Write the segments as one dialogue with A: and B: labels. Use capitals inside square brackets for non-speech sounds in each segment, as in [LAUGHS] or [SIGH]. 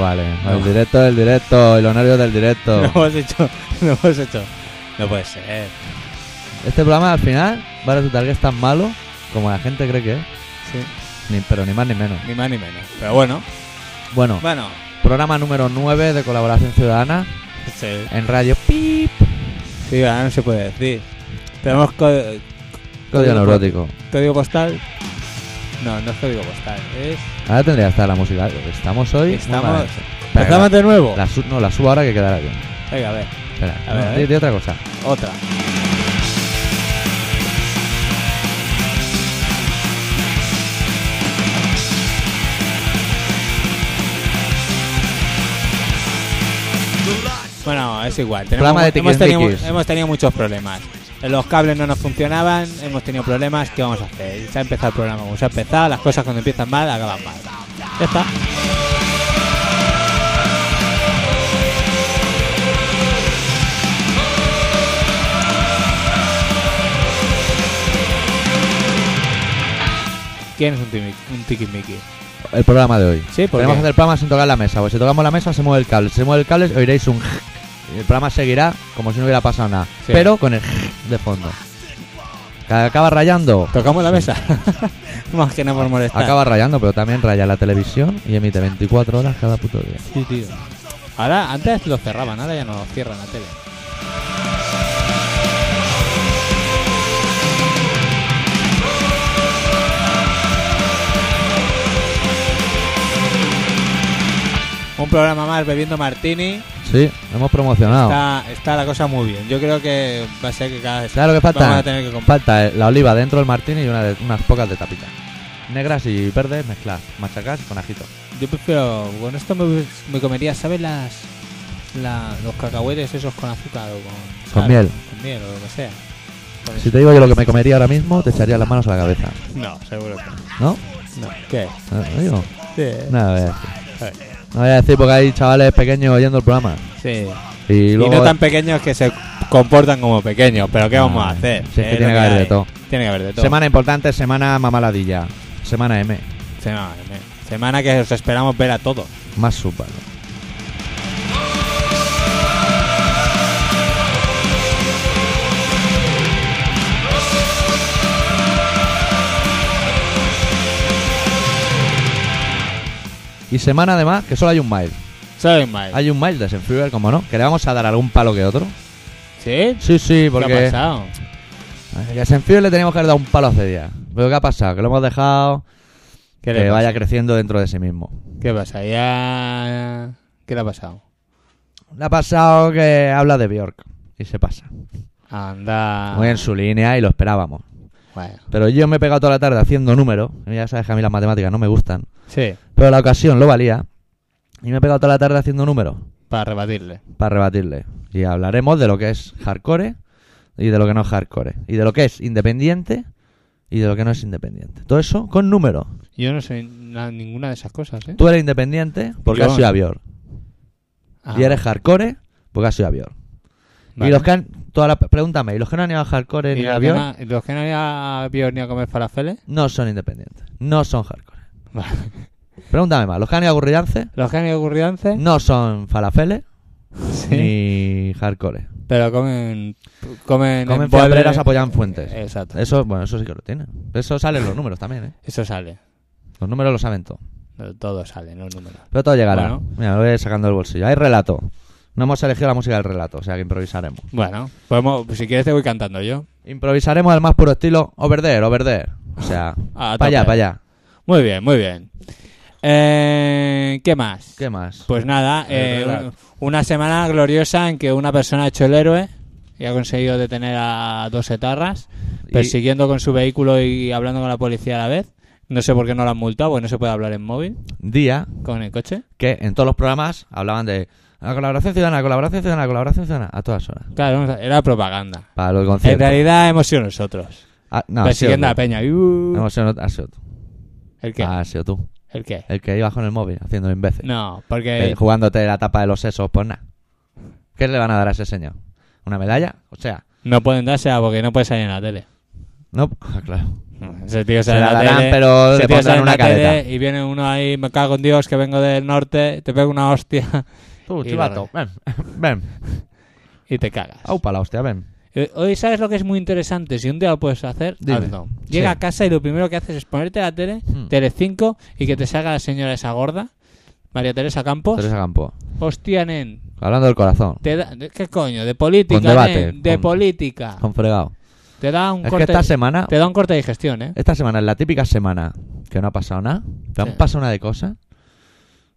A: vale.
B: No.
A: El directo del directo y los nervios del directo.
B: [LAUGHS] Lo hemos hecho, lo hemos hecho. No puede ser.
A: Este programa al final va a resultar que es tan malo como la gente cree que es.
B: Sí.
A: Ni, pero ni más ni menos.
B: Ni más ni menos. Pero bueno.
A: Bueno,
B: Bueno,
A: programa número 9 de colaboración ciudadana
B: sí.
A: en radio PIP.
B: Sí, ahora no se puede decir. Tenemos co-
A: Código
B: Código
A: neurótico.
B: código postal. No, no es código postal. Es,
A: Ahora tendría que estar la música. Estamos hoy. muy mal.
B: estamos.
A: Espera,
B: Empezamos de nuevo.
A: la, la su- no, la subo ahora que quedará bien.
B: Venga, a ver.
A: Espera,
B: A ver,
A: no,
B: a
A: di-
B: ver.
A: di otra cosa.
B: Otra. Bueno, es igual. Tenemos,
A: Programa de
B: hemos, tenido,
A: tiquismiquis.
B: hemos tenido muchos problemas. Los cables no nos funcionaban, hemos tenido problemas. ¿Qué vamos a hacer? Se ha empezado el programa como se ha empezado. Las cosas cuando empiezan mal acaban mal. Ya está. ¿Quién es un, timi- un tiquismiqui?
A: El programa de hoy.
B: Sí, ¿por
A: Tenemos
B: qué?
A: que hacer el programa sin tocar la mesa. Pues si tocamos la mesa, se mueve el cable. Si se mueve el cable, oiréis un. y El programa seguirá como si no hubiera pasado nada.
B: Sí.
A: Pero con el de fondo. Que acaba rayando.
B: ¿Tocamos la mesa? [LAUGHS] Más que nada por molestar.
A: Acaba rayando, pero también raya la televisión y emite 24 horas cada puto día.
B: Sí, tío. Ahora, antes lo cerraban, ahora ya no lo cierran la tele. Un programa más bebiendo martini.
A: Sí, lo hemos promocionado.
B: Está, está la cosa muy bien. Yo creo que va a ser que cada vez
A: ¿Sabes lo que
B: vamos
A: falta?
B: a tener que comprar.
A: Falta eh, la oliva dentro del martini y una de- unas pocas de tapita. Negras y verdes mezcladas, machacadas con ajito.
B: Yo prefiero, con esto me, me comería, ¿sabes las, la- los cacahuetes esos con azúcar o con,
A: Con
B: sal?
A: miel.
B: Con miel o lo que sea. Con
A: Si te digo yo lo que me comería ahora mismo, te echaría las manos a la cabeza.
B: No, seguro que no.
A: ¿No?
B: ¿Qué?
A: ¿No lo digo?
B: Sí.
A: No, voy a decir. No voy a decir porque hay chavales pequeños oyendo el programa. Y
B: Y,
A: luego.
B: no tan pequeños que se comportan como pequeños, pero ¿qué vamos a
A: Ay,
B: hacer?
A: si Ah, es que
B: lo
A: tiene que haber de
B: hay.
A: todo.
B: Tiene que haber de todo.
A: Semana importante, semana mamaladilla. Semana M.
B: Semana, me- semana que os esperamos ver a todos.
A: Más súper. Y semana además que solo hay un mail.
B: Soy Ismael.
A: Hay un mail de Senfriver, como no, que le vamos a dar algún palo que otro.
B: ¿Sí?
A: Sí, sí,
B: ¿Qué ha
A: porque
B: pasado?
A: Ay, que a Senfriver le teníamos que haber dado un palo hace días. Pero ¿qué ha pasado? Que lo hemos dejado
B: ¿Qué le
A: que
B: pasa?
A: vaya creciendo dentro de sí mismo.
B: ¿Qué pasa? Ya... ¿Qué le ha pasado?
A: Le ha pasado que habla de Bjork y se pasa.
B: Anda.
A: Muy en su línea y lo esperábamos.
B: Bueno.
A: Pero yo me he pegado toda la tarde haciendo números. y Ya sabes que a mí las matemáticas no me gustan.
B: Sí,
A: Pero la ocasión lo valía. Y me he pegado toda la tarde haciendo números
B: para rebatirle.
A: para rebatirle. Y hablaremos de lo que es hardcore y de lo que no es hardcore. Y de lo que es independiente y de lo que no es independiente. Todo eso con números.
B: Yo no soy na- ninguna de esas cosas, ¿eh?
A: Tú eres independiente porque
B: Yo
A: has sido
B: no.
A: a Bjork.
B: Ah,
A: Y eres hardcore porque has sido a Bjork.
B: vale.
A: Y los que han... Toda la, pregúntame, ¿y los que no han ido a hardcore
B: ¿Y
A: ni a
B: los que
A: Bjork?
B: no- los que no había Bjork ni a comer falafeles?
A: No son independientes. No son hardcore.
B: Vale.
A: [LAUGHS] Pregúntame más. Los que han ido a Gurridance
B: ¿Los que han ido a Gurriance?
A: no son falafeles
B: Sí.
A: ni hardcore.
B: Pero comen. Comen,
A: Comen
B: en boles.
A: fiambreras, apoyan fuentes.
B: Exacto.
A: Eso, bueno, eso sí que lo tienen. Eso salen los números también, ¿eh?
B: Eso sale.
A: Los números lo saben todo.
B: No, Todo sale, no números.
A: Pero todo llegará.
B: Bueno.
A: Mira, lo voy sacando del bolsillo. Hay relato. No hemos elegido la música del relato, o sea que improvisaremos.
B: Bueno, podemos, pues si quieres te voy cantando yo.
A: Improvisaremos al más puro estilo Overder, Overder. O sea,
B: A
A: para allá,
B: tope.
A: para allá.
B: Muy bien, muy bien. Eh, ¿Qué más?
A: ¿Qué más?
B: Pues nada,
A: El
B: eh,
A: relato.
B: un- una semana gloriosa en que una persona ha hecho el héroe y ha conseguido detener a dos etarras,
A: Y-
B: persiguiendo con su vehículo y hablando con la policía a la vez. No sé por qué no lo han multado, porque no se puede hablar en móvil
A: Día
B: con el coche.
A: que en todos los programas hablaban de la colaboración ciudadana, colaboración ciudadana, colaboración ciudadana, a todas horas.
B: Claro, vamos a- era propaganda.
A: Para los
B: En
A: conciertos.
B: realidad hemos sido nosotros,
A: Ah, no, has sido
B: persiguiendo a la
A: tú.
B: peña. Y, uh,
A: Hemos Ah. sido not- has sido tú.
B: ¿El qué?
A: Has sido tú.
B: ¿El qué?
A: El que ibas con el móvil haciendo imbécil.
B: No,
A: Eh,
B: porque
A: jugándote la tapa de los sesos, pues nada. ¿Qué le van a dar a ese señor? ¿Una medalla? O sea,
B: no pueden darse porque no puede salir en la tele.
A: no. [LAUGHS] Ah, claro.
B: Ese tío
A: Se
B: sale en
A: la
B: la
A: darán,
B: tele,
A: pero
B: ese
A: le
B: tío sale
A: pondrán
B: en
A: una
B: la tele
A: careta.
B: Y viene uno ahí, me cago en Dios, que vengo del norte, te pego una hostia [LAUGHS]
A: Tú,
B: Y
A: chivato, ven, ven.
B: y te cagas.
A: Aupa la hostia, ven.
B: Eh, Hoy sabes lo que es muy interesante, si un día lo puedes hacer,
A: Dime.
B: hazlo. Llega
A: Sí.
B: a casa y lo primero que haces es ponerte la tele,
A: Hmm.
B: Telecinco, y que te salga la señora esa gorda, María Teresa Campos.
A: Teresa Campo.
B: Hostia, nen,
A: Hablando del corazón.
B: te da- de- ¿qué coño? De política,
A: Con debate,
B: nen, de
A: con-
B: política.
A: Con fregado.
B: Te da un
A: Es que
B: corte
A: esta semana,
B: te da un corte de digestión, ¿eh?
A: esta semana es la típica semana que no ha pasado nada. Te
B: Sí.
A: han pasado una de cosas.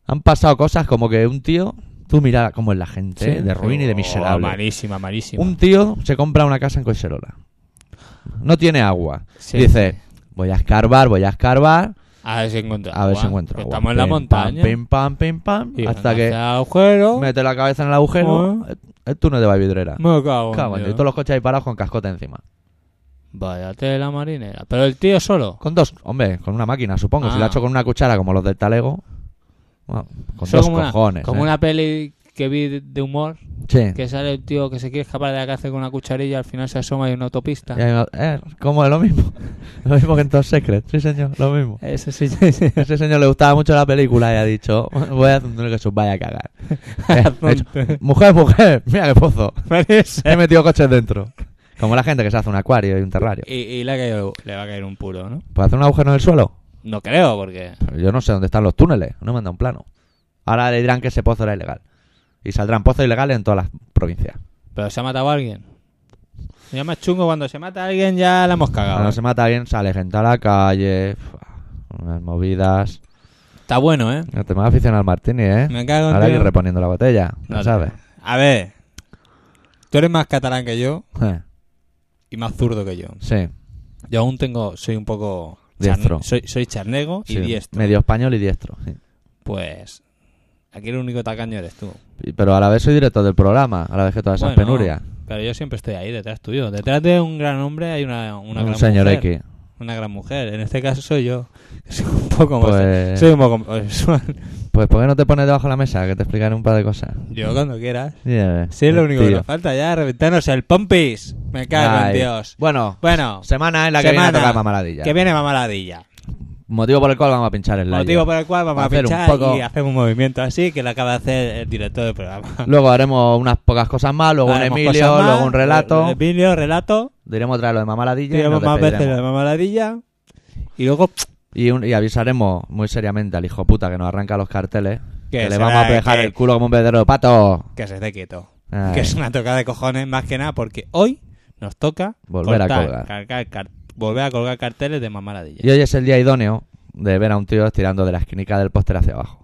A: Han pasado cosas como que un tío, tú mira cómo es la gente, ¿eh? de ruin y de
B: Oh,
A: miserable.
B: malísima, malísima.
A: un tío se compra una casa en Coiserola. No tiene agua.
B: Sí.
A: Dice, voy a escarbar, voy a escarbar,
B: A ver si encuentro.
A: a ver
B: agua.
A: si encuentro
B: Que
A: agua.
B: Estamos en la
A: Pim, pam,
B: montaña.
A: Pim, pam, pim, pam,
B: y
A: hasta que
B: agujero. Me,
A: mete la cabeza en el agujero.
B: Ah.
A: Eh, eh, Tú no te vas a vidrera.
B: cago. en
A: Cago en
B: Dios.
A: Dios. Y todos los coches ahí parados con cascote encima.
B: Vaya tela marinera. Pero el tío solo.
A: Con dos, hombre, con una máquina, supongo. Si
B: Ah.
A: la ha hecho con una cuchara como los del talego. bueno, con
B: Eso
A: dos
B: como
A: cojones.
B: Una, como
A: ¿eh?
B: una peli que vi de- de humor.
A: Sí.
B: Que sale el tío que se quiere escapar de la cárcel con una cucharilla. Al final se asoma y hay una autopista.
A: Y ahí va- eh, ¿Cómo es lo mismo? [LAUGHS] lo mismo que en Top Secret. Sí, señor, lo mismo.
B: Eso sí.
A: [LAUGHS]
B: sí, sí. [LAUGHS]
A: A Ese señor le gustaba mucho la película y ha dicho: Voy a hacer un que se os vaya a
B: [LAUGHS]
A: cagar. Eh, hecho, mujer, mujer, mira qué pozo. He metido coches dentro. Como la gente que se hace un acuario y un terrario.
B: y y le, ha caído- le va a caer un puro, ¿no?
A: ¿Puede hacer un agujero en el suelo?
B: No creo, porque.
A: Yo no sé dónde están los túneles, no me han dado un plano. Ahora le dirán que ese pozo era ilegal. Y saldrán pozos ilegales en todas las provincias.
B: Pero se ha matado a alguien. Ya más chungo cuando se mata a alguien, ya la hemos cagado.
A: Cuando
B: ¿eh?
A: se mata alguien sale gente a la calle, pf, unas movidas.
B: Está bueno, ¿eh?
A: No te me vas a aficionar al martini, ¿eh?
B: Me cago en
A: Ahora hay que
B: Dios.
A: ir reponiendo la botella, ¿no
B: Dale.
A: sabes?
B: A ver, tú eres más catalán que yo
A: Eh,
B: y más zurdo que yo.
A: sí,
B: Yo aún tengo, soy un poco...
A: Diestro.
B: charne- Soy, soy charnego
A: sí,
B: y diestro.
A: medio español y diestro. sí.
B: Pues aquí el único tacaño eres tú.
A: Y- Pero a la vez soy director del programa, a la vez que todas esas
B: Bueno,
A: penurias.
B: Pero yo siempre estoy ahí detrás tuyo. Detrás de un gran hombre hay una, una
A: Un
B: gran
A: señor
B: mujer.
A: X.
B: Una gran mujer. En este caso soy yo. [LAUGHS] Soy un poco más...
A: Pues,
B: Soy un poco [LAUGHS] más...
A: [LAUGHS] pues, ¿por qué no te pones debajo de la mesa? Que te explicaré un par de cosas.
B: Yo cuando quieras.
A: Yeah,
B: Sí, es lo único que
A: Eh, tío.
B: nos falta ya. Reventarnos el pompis. Me cago
A: Ay.
B: en Dios.
A: Bueno,
B: Bueno,
A: semana en la que
B: semana
A: viene a tocar mamaladilla.
B: que viene mamaladilla.
A: Motivo por el cual vamos a pinchar el like.
B: Motivo por el cual vamos a,
A: Hacer un
B: pinchar
A: poco-
B: y hacemos un movimiento así que lo acaba de hacer el director del programa.
A: Luego haremos unas pocas cosas más, [LAUGHS] luego
B: Haremos
A: un Emilio,
B: cosas más, eh,
A: luego un relato.
B: un Emilio, relato.
A: Diremos otra vez lo de mamaladilla. y
B: Tiramos
A: nos
B: más veces
A: despediremos.
B: la mamaladilla. Y luego,
A: Y, un- y avisaremos muy seriamente al hijo puta que nos arranca los carteles.
B: Que
A: Que le
B: será
A: vamos a dejar
B: que-
A: el culo como un verdadero de pato.
B: que se esté quieto.
A: Ay,
B: Que es una tocada de cojones más que nada porque hoy nos toca
A: Volver a
B: cortar,
A: colgar.
B: cargar car- volver a colgar carteles de mamaladilla.
A: Y hoy es el día idóneo de ver a un tío estirando de la esquinica del póster hacia abajo.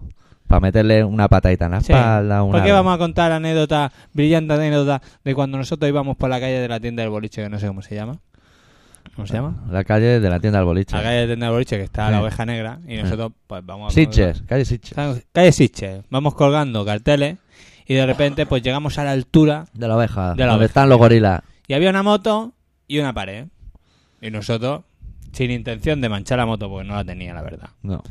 A: Para meterle una patadita en la
B: Sí.
A: espalda. Una...
B: ¿Por qué vamos a contar anécdota, brillante anécdota, de cuando nosotros íbamos por la calle de la tienda del boliche, que no sé cómo se llama? ¿Cómo se llama?
A: La calle de la tienda del boliche.
B: La calle de la tienda del boliche, que está la
A: Sí.
B: oveja negra, y nosotros, pues vamos a.
A: Sitges, calle Sitges.
B: Estamos- Calle Sitges. Vamos colgando carteles y de repente pues llegamos a la altura
A: De la oveja.
B: De la
A: donde
B: oveja,
A: están los gorilas.
B: y había una moto y una pared. Y nosotros, sin intención de manchar la moto, porque no la tenía, la verdad.
A: No.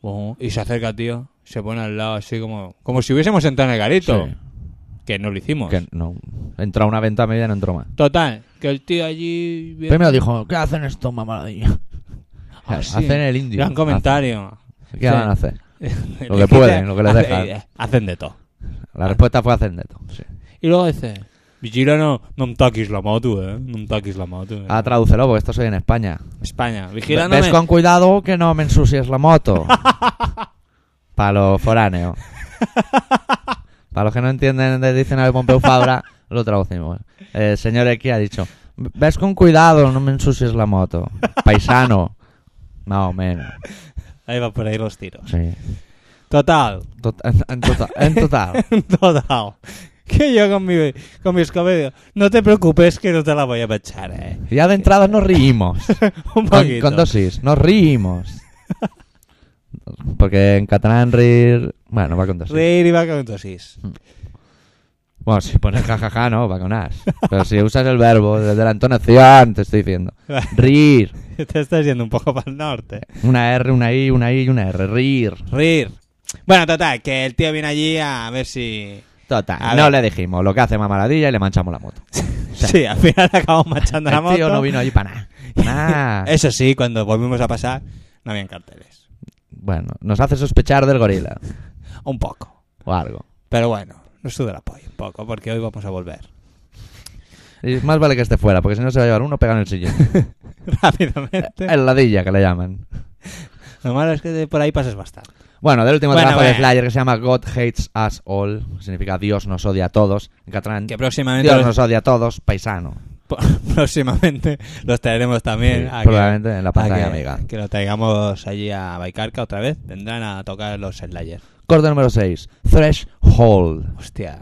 B: Ujú. Y se acerca, tío, se pone al lado así como... Como si hubiésemos entrado en el garito.
A: Sí.
B: Que no lo hicimos.
A: Que no. Entró a una venta media, no entró más.
B: Total, que el tío allí... viendo-
A: Primero dijo, ¿qué hacen estos mamaladillos?
B: Ah, sí.
A: Eh, Hacen el indio.
B: Gran comentario.
A: Hacen- ¿Qué van a hacer?
B: [LAUGHS] Lo
A: que pueden, lo que les dejan.
B: [LAUGHS] Hacen de todo.
A: La respuesta fue hacer neto.
B: Y luego dice... Vigila, no, no me toquis la moto, eh. No me toquis la moto. eh".
A: Ah, tradúcelo, porque esto soy en España.
B: España. Vigila,
A: Ve-
B: no
A: Ves
B: me-
A: con cuidado que no me ensucies la moto. Para los foráneos. Para los que no entienden del diccionario Pompeu Fabra, lo traducimos. El señor X ha dicho, ves con cuidado, no me ensucies la moto. Paisano. Más o menos.
B: Ahí va por ahí los tiros.
A: Sí.
B: Total. [LAUGHS]
A: Tot- en, en total, en total.
B: Total. Que yo con mi, con mi escoba digo, no te preocupes que no te la voy a pechar, eh. [LAUGHS]
A: Ya de entrada nos reímos.
B: Un
A: Con,
B: poquito.
A: con dosis, nos
B: [LAUGHS]
A: reímos. Porque en catalán reír. Bueno, va con dosis.
B: Reír y va con dosis.
A: Bueno, si pones jajaja, no, va con as. Pero si usas el verbo desde la entonación, te estoy
B: [LAUGHS]
A: diciendo. Reír.
B: [LAUGHS] te estás yendo un poco [LAUGHS] para el norte.
A: Una R, una I, una I y una R. Reír.
B: Reír. Bueno, total, que el tío viene allí a ver si...
A: Total.
B: A
A: no
B: ver.
A: le dijimos lo que hace mamaradilla y le manchamos la moto.
B: Sí, al final [LAUGHS] acabamos machando la
A: el
B: moto. [LAUGHS]
A: tío no vino allí para nada. Nah.
B: Eso sí, cuando volvimos a pasar, no habían carteles.
A: Bueno, nos hace sospechar del gorila.
B: Un poco.
A: O algo.
B: Pero bueno, nos suda la polla un poco, porque hoy vamos a volver. [LAUGHS]
A: Y más vale que esté fuera, porque si no se va a llevar uno pegado en el
B: [LAUGHS]
A: sillón.
B: Rápidamente.
A: El ladilla que le llaman.
B: Lo malo es que de por ahí pasas bastante.
A: Bueno, del último
B: Bueno,
A: trabajo de
B: bueno.
A: Flyer que se llama God Hates Us All, que significa Dios nos odia a todos. En catalán,
B: Que próximamente,
A: Dios
B: los,
A: nos odia a todos, paisano.
B: [LAUGHS] próximamente los traeremos también
A: Sí,
B: a que-
A: probablemente en la pantalla
B: a que,
A: amiga.
B: Que lo traigamos allí a Baicarca otra vez. Vendrán a tocar los Slayers.
A: Corte número 6, Threshold.
B: Hostia.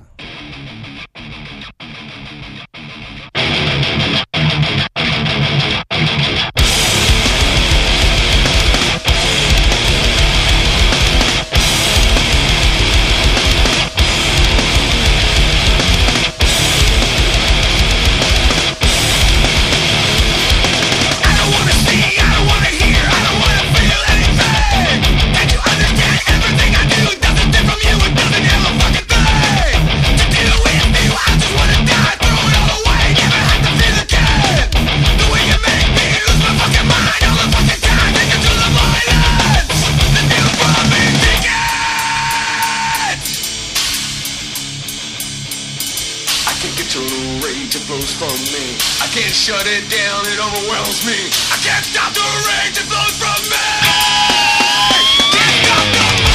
C: I can't control the rage that flows from me. I can't shut it down, it overwhelms me. I can't stop the rage that flows from me. Can't stop the violence.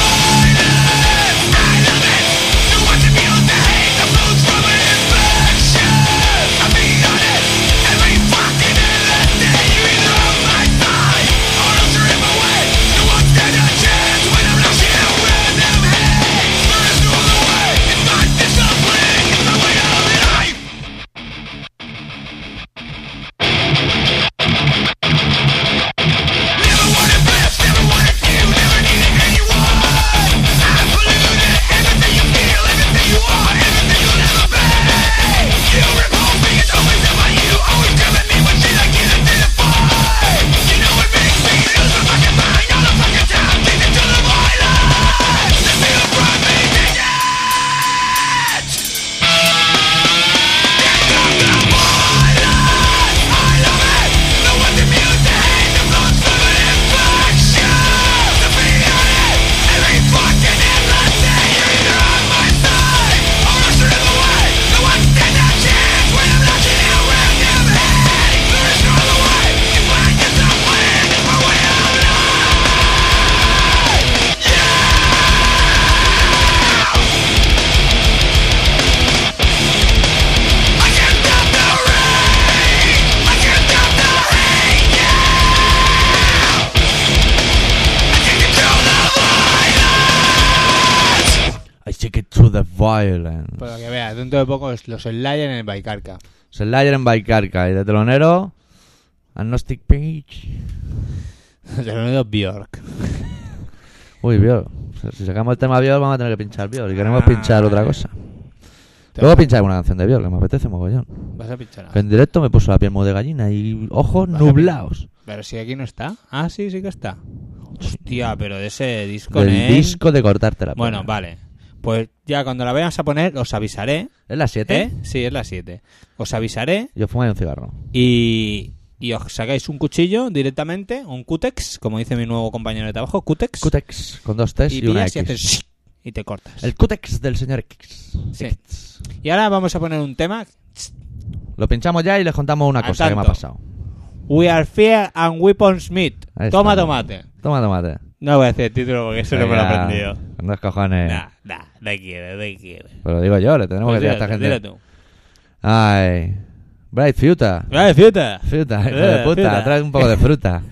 C: I love it. To watch it feel the hate that flows from an infection. I'm beyond it. Every fucking minute that you're either on my side or else you're in my way. No one stand a chance when I'm rushing out random hate. There is no other way. It's my discipline. It's my way of life. Never wanted best, never wanted few, never needed anyone. I polluted everything you feel, everything you are, everything you'll ever be. You repulse me, it's always about you, always grabbing me when shit I can't identify. You know it makes me lose my fucking mind all the fucking time. Take it to the violence, the feel from me, take it. I can't stop the rain. I can't stop the rain now. I can't control the violence.
A: I take it to the violence.
B: Pero que veas, dentro de poco es los Slayers en el Baicarca.
A: Slayer en Baikarka y de telonero, Agnostic Page.
B: [LAUGHS] Los unidos Bjork.
A: Uy, Biol. Si sacamos el tema Biol, vamos a tener que pinchar Biol. Y queremos
B: Ah. eh.
A: pinchar otra cosa. Luego pinchar una canción de Biol, que me apetece mogollón.
B: Vas a pinchar.
A: Que en directo me puso la piel muy de gallina y ojos
B: Vas a
A: nublados.
B: Pero si aquí no está. Ah, sí, sí que está. Hostia, pero de ese disco,
A: Del
B: ¿eh?
A: disco de cortarte la piel.
B: Bueno, vale. Pues ya cuando la vayamos a poner, os avisaré.
A: ¿Es las 7?
B: ¿Eh? Sí, es las 7. Os avisaré
A: Yo fumé un cigarro.
B: y, y os sacáis un cuchillo directamente, un cutex, como dice mi nuevo compañero de trabajo, cutex.
A: Cutex, con dos T's y,
B: y
A: una
B: pillas
A: X.
B: y haces y te cortas.
A: El Cutex del señor X.
B: Sí.
A: X.
B: Y ahora vamos a poner un tema.
A: Lo pinchamos ya y les contamos una
B: Al
A: cosa que me ha
B: tanto.
A: pasado.
B: We are fear and weapons meet.
A: Ahí
B: Toma
A: está.
B: tomate.
A: Toma tomate.
B: No voy a decir el título porque eso no me lo he
A: Venga,
B: aprendido.
A: con Dos cojones.
B: Nah, nah, no quiero, no quiero.
A: Pero digo yo, le tenemos
B: Pues
A: que decir a esta
B: dilo tú,
A: gente.
B: dilo tú.
A: Ay. Bright Future.
B: Vale, fiuta.
A: Fruta, hijo
B: Eh,
A: de puta,
B: fruta.
A: trae un poco de fruta.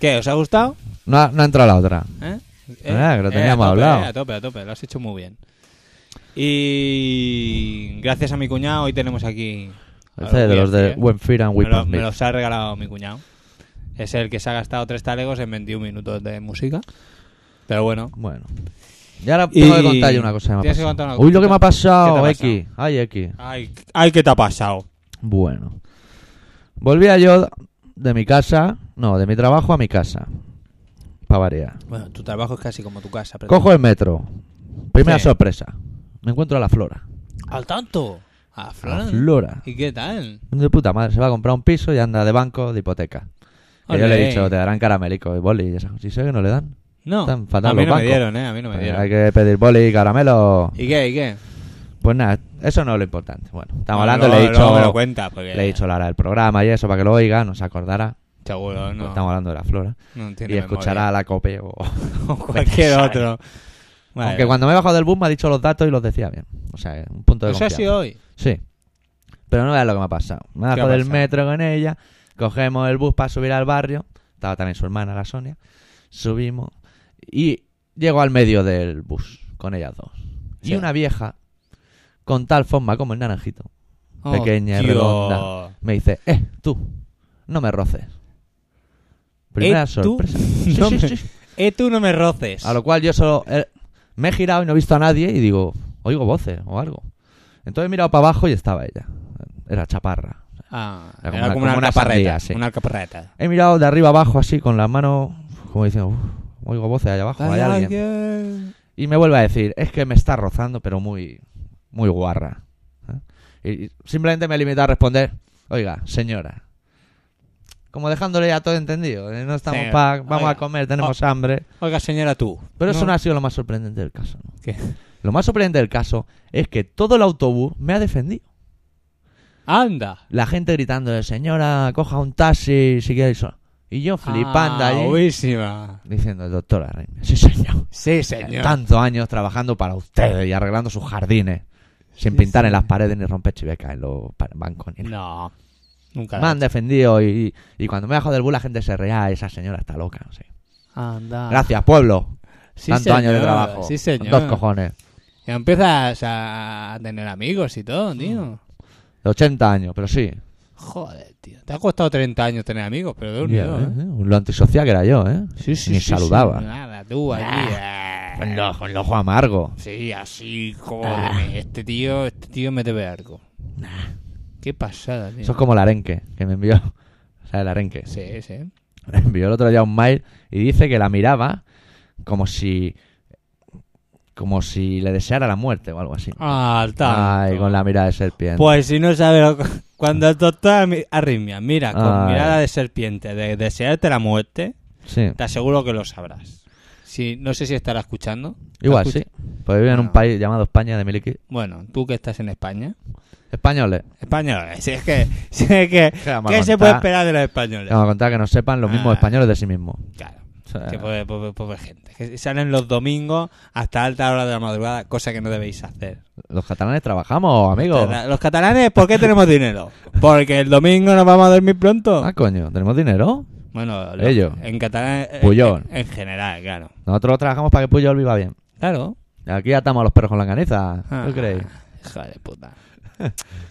B: ¿Qué? ¿Os ha gustado?
A: No, ha- no ha entrado la
B: [LAUGHS]
A: otra.
B: ¿Eh?
A: Ah, que lo teníamos
B: a tope,
A: hablado.
B: eh, a tope, a tope, lo has hecho muy bien. Y gracias a mi cuñado, hoy tenemos aquí. a
A: Este de los de
B: Pies, ¿eh?
A: When Fear and
B: me,
A: Weapons
B: lo- me los ha regalado mi cuñado. Es el que se ha gastado tres talegos en 21 minutos de música. Pero bueno,
A: Bueno. Y ahora tengo que
B: Y-
A: contar yo una cosa que me ha
B: tienes que
A: pasado.
B: contar una
A: Uy, lo que
B: cosita.
A: me ha pasado,
B: ¿Qué te ha
A: X. Ay, X.
B: ay, ay, ¿qué te ha pasado?
A: Bueno. Volvía yo de mi casa, no, de mi trabajo a mi casa. Para variar.
B: Bueno, tu trabajo es casi como tu casa. pero-
A: Cojo el metro. Primera
B: Sí.
A: sorpresa. me encuentro a la Flora.
B: ¿Al tanto? ¿A
A: La
B: Fran?
A: Flora.
B: ¿Y qué tal?
A: De puta madre, se va a comprar un piso y anda de banco de hipoteca. Que yo le
B: Ole.
A: he dicho, te darán caramelico y boli. Y esas cosas. Y sé que no le dan.
B: No,
A: Están fatal
B: a mí
A: los
B: no me
A: bancos.
B: dieron, ¿eh? A mí no me
A: Eh,
B: dieron.
A: Hay que pedir boli y caramelo.
B: ¿Y qué? ¿Y qué?
A: Pues nada, eso no es lo importante. Bueno, estamos
B: Bueno,
A: hablando,
B: luego-
A: le he dicho,
B: luego me lo cuenta, porque
A: le he dicho la hora del programa y eso para que lo oiga, no se acordara.
B: Seguro, no.
A: Estamos hablando de la flora.
B: no tiene
A: Y
B: [LAUGHS]
A: escuchará la COPE o...
B: memoria. O cualquier otro. Vale.
A: Aunque cuando me he bajado del bus me ha dicho los datos y los decía bien. O sea, un punto de
B: Eso pues ha
A: confianza.
B: sido hoy.
A: Sí. Pero no veas lo que me ha pasado. Me
B: ¿Qué ha
A: bajo del
B: pasado?
A: metro con ella, cogemos el bus para subir al barrio. Estaba también su hermana, la Sonia. Subimos y llego al medio del bus con ellas dos.
B: Sí.
A: Y una vieja, con tal forma como el naranjito,
B: Oh,
A: Pequeña y
B: Hostia.
A: redonda. me dice, eh, tú, no me roces. Primera
B: Eh, tú,
A: sorpresa. Sí,
B: [LAUGHS] no
A: sí,
B: me-
A: sí.
B: Eh, tú no me roces.
A: A lo cual yo solo eh, me he girado y no he visto a nadie y digo, oigo voces o algo. Entonces he mirado para abajo y estaba ella. Era chaparra.
B: Ah,
A: Era
B: era
A: como
B: como,
A: una-
B: una,
A: como una
B: alcaparreta.
A: sandía, sí.
B: Una alcaparreta.
A: He mirado de arriba abajo así con las manos, como diciendo, "Uf, oigo voces allá abajo, hay alguien.
B: alguien.
A: Y me vuelve a decir, es que me está rozando, pero muy, muy guarra. ¿Eh? Y- Y simplemente me he limitado a responder, oiga, señora. Como dejándole ya todo entendido, eh, no estamos
B: Sí,
A: pa- vamos
B: oiga.
A: a comer, tenemos hambre.
B: Oiga, señora, tú.
A: Pero eso no
B: una
A: ha sido lo más sorprendente del caso. ¿no?
B: ¿Qué?
A: Lo más sorprendente del caso es que todo el autobús me ha defendido.
B: Anda.
A: La gente gritando, señora, coja un taxi, si quiere ir sola". Y yo flipando
B: Ah,
A: allí.
B: Buenísima.
A: Diciendo el doctor Arreña, sí señor,
B: Sí, señor.
A: tantos años trabajando para ustedes y arreglando sus jardines, sin pintar en las paredes ni romper chivecas en los pa- bancos. Ni nada.
B: No. Nunca.
A: Me han defendido y, y cuando me bajo del bus la gente se rea, esa señora está loca. no sé.
B: Anda.
A: Gracias pueblo,
B: Sí,
A: tantos años de
B: señor.
A: trabajo,
B: Sí, Ah. señor.
A: dos cojones,
B: Ya empiezas a tener amigos y todo, tío.
A: de 80 años, pero sí.
B: Joder, tío. Te ha costado 30 años tener amigos, pero de un
A: Ya,
B: tío, ¿eh?
A: ¿eh? Lo antisocial que era yo, ¿eh?
B: Sí, sí,
A: Ni
B: sí,
A: saludaba.
B: sí. Nada, tú allí. eh.
A: Con lo- con el ojo amargo.
B: Sí, así,
A: Ah.
B: joder. Este tío, este tío me debe algo. Qué pasada, tío.
A: Eso es como el arenque que me envió. [LAUGHS] O sea, el arenque. [LAUGHS]
B: Sí, sí.
A: Me envió el otro día un mail y dice que la miraba como si. como si le deseara la muerte o algo así.
B: Ah, al tanto.
A: Ay, con la mirada de serpiente.
B: Pues si no sabes lo que- [LAUGHS] Cuando el doctor Ami- Arritmia mira con
A: Ay.
B: mirada de serpiente de desearte la muerte,
A: sí,
B: te aseguro que lo sabrás. Si, no sé si estará escuchando. ¿Te
A: igual
B: escucha?
A: sí. Pues vive en un
B: Ah.
A: país llamado España de Miliki.
B: Bueno, tú que estás en España.
A: Españoles.
B: Españoles, [LAUGHS] si es que... Si
A: [LAUGHS]
B: es que
A: vamos a
B: ¿Qué se
A: contar?
B: puede esperar de los españoles?
A: Le Vamos a contar que no sepan los mismos
B: Ah.
A: españoles de sí mismos.
B: Claro.
A: O sea,
B: Que pues- pobre, pobre- pobre gente. Que salen los domingos hasta alta hora de la madrugada, cosa que no debéis hacer.
A: los catalanes trabajamos, amigos.
B: Los catala- Los catalanes, ¿por qué tenemos dinero? Porque el domingo nos vamos a dormir pronto.
A: Ah, coño, ¿tenemos dinero?
B: Bueno,
A: Ellos.
B: ellos. En catalán. eh,
A: Puyol.
B: En, en general, claro.
A: Nosotros trabajamos para que Puyol viva bien.
B: Claro.
A: Aquí atamos a los perros con la caniza.
B: Ah,
A: ¿Qué creéis?
B: Hijo de puta. [LAUGHS]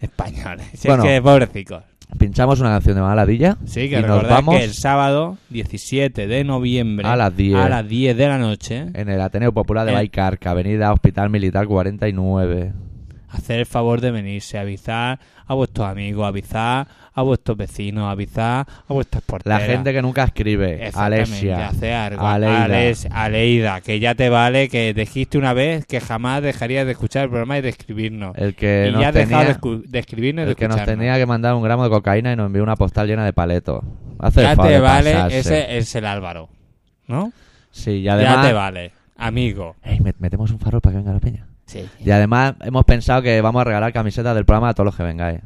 B: Españoles. Si
A: Bueno.
B: es que pobrecicos.
A: Pinchamos una canción de Maladilla.
B: Sí, que
A: y nos
B: recordad
A: vamos
B: que el sábado 17 de noviembre
A: A las 10.
B: a las 10 de la noche,
A: en el Ateneo Popular de
B: Eh.
A: Baicarca, Avenida Hospital Militar 49.
B: hacer el favor de venirse, avisar a vuestros amigos, avisar a vuestros vecinos, avisar a vuestras
A: La
B: porteras.
A: gente que nunca escribe.
B: Exactamente,
A: Alesia.
B: hace algo.
A: Aleida.
B: Ales- Aleida, que ya te vale, que dijiste una vez que jamás dejarías de escuchar el programa y de escribirnos.
A: El que,
B: y
A: nos
B: ya has
A: tenía,
B: dejado de, escu- de escribirnos y de
A: el que nos
B: escucharnos.
A: tenía que mandar un gramo de cocaína y nos envió una postal llena de paletos. Hace
B: Ya
A: el favor
B: te
A: de
B: vale,
A: pasarse.
B: ese es el Álvaro. ¿No?
A: Sí, y además...
B: ya te vale, amigo.
A: Ey, met- metemos un farol para que venga la peña.
B: Sí.
A: Y además hemos pensado que vamos a regalar camisetas del programa a todos los que vengáis.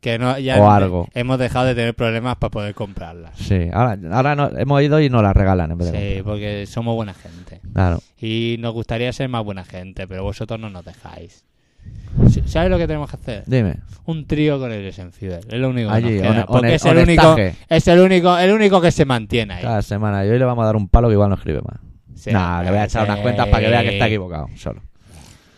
B: Que no, ya
A: O
B: no-
A: algo.
B: hemos dejado de tener problemas para poder comprarlas.
A: Sí, ahora, ahora no- hemos ido y nos las regalan en vez de...
B: Sí, porque somos buena gente.
A: comprar. Claro.
B: Y nos gustaría ser más buena gente, pero vosotros no nos dejáis. ¿Sabes lo que tenemos que hacer?
A: Dime.
B: un trío con el Fidel. Es lo único que
A: Allí,
B: nos queda,
A: hone-
B: porque
A: hone-
B: es el único,
A: honestaje.
B: es el único, el único que se mantiene ahí.
A: Cada semana. Y hoy le vamos a dar un palo que igual no escribe más.
B: Sí,
A: Nah, le voy a echar
B: sí.
A: unas cuentas para que vea que está equivocado solo.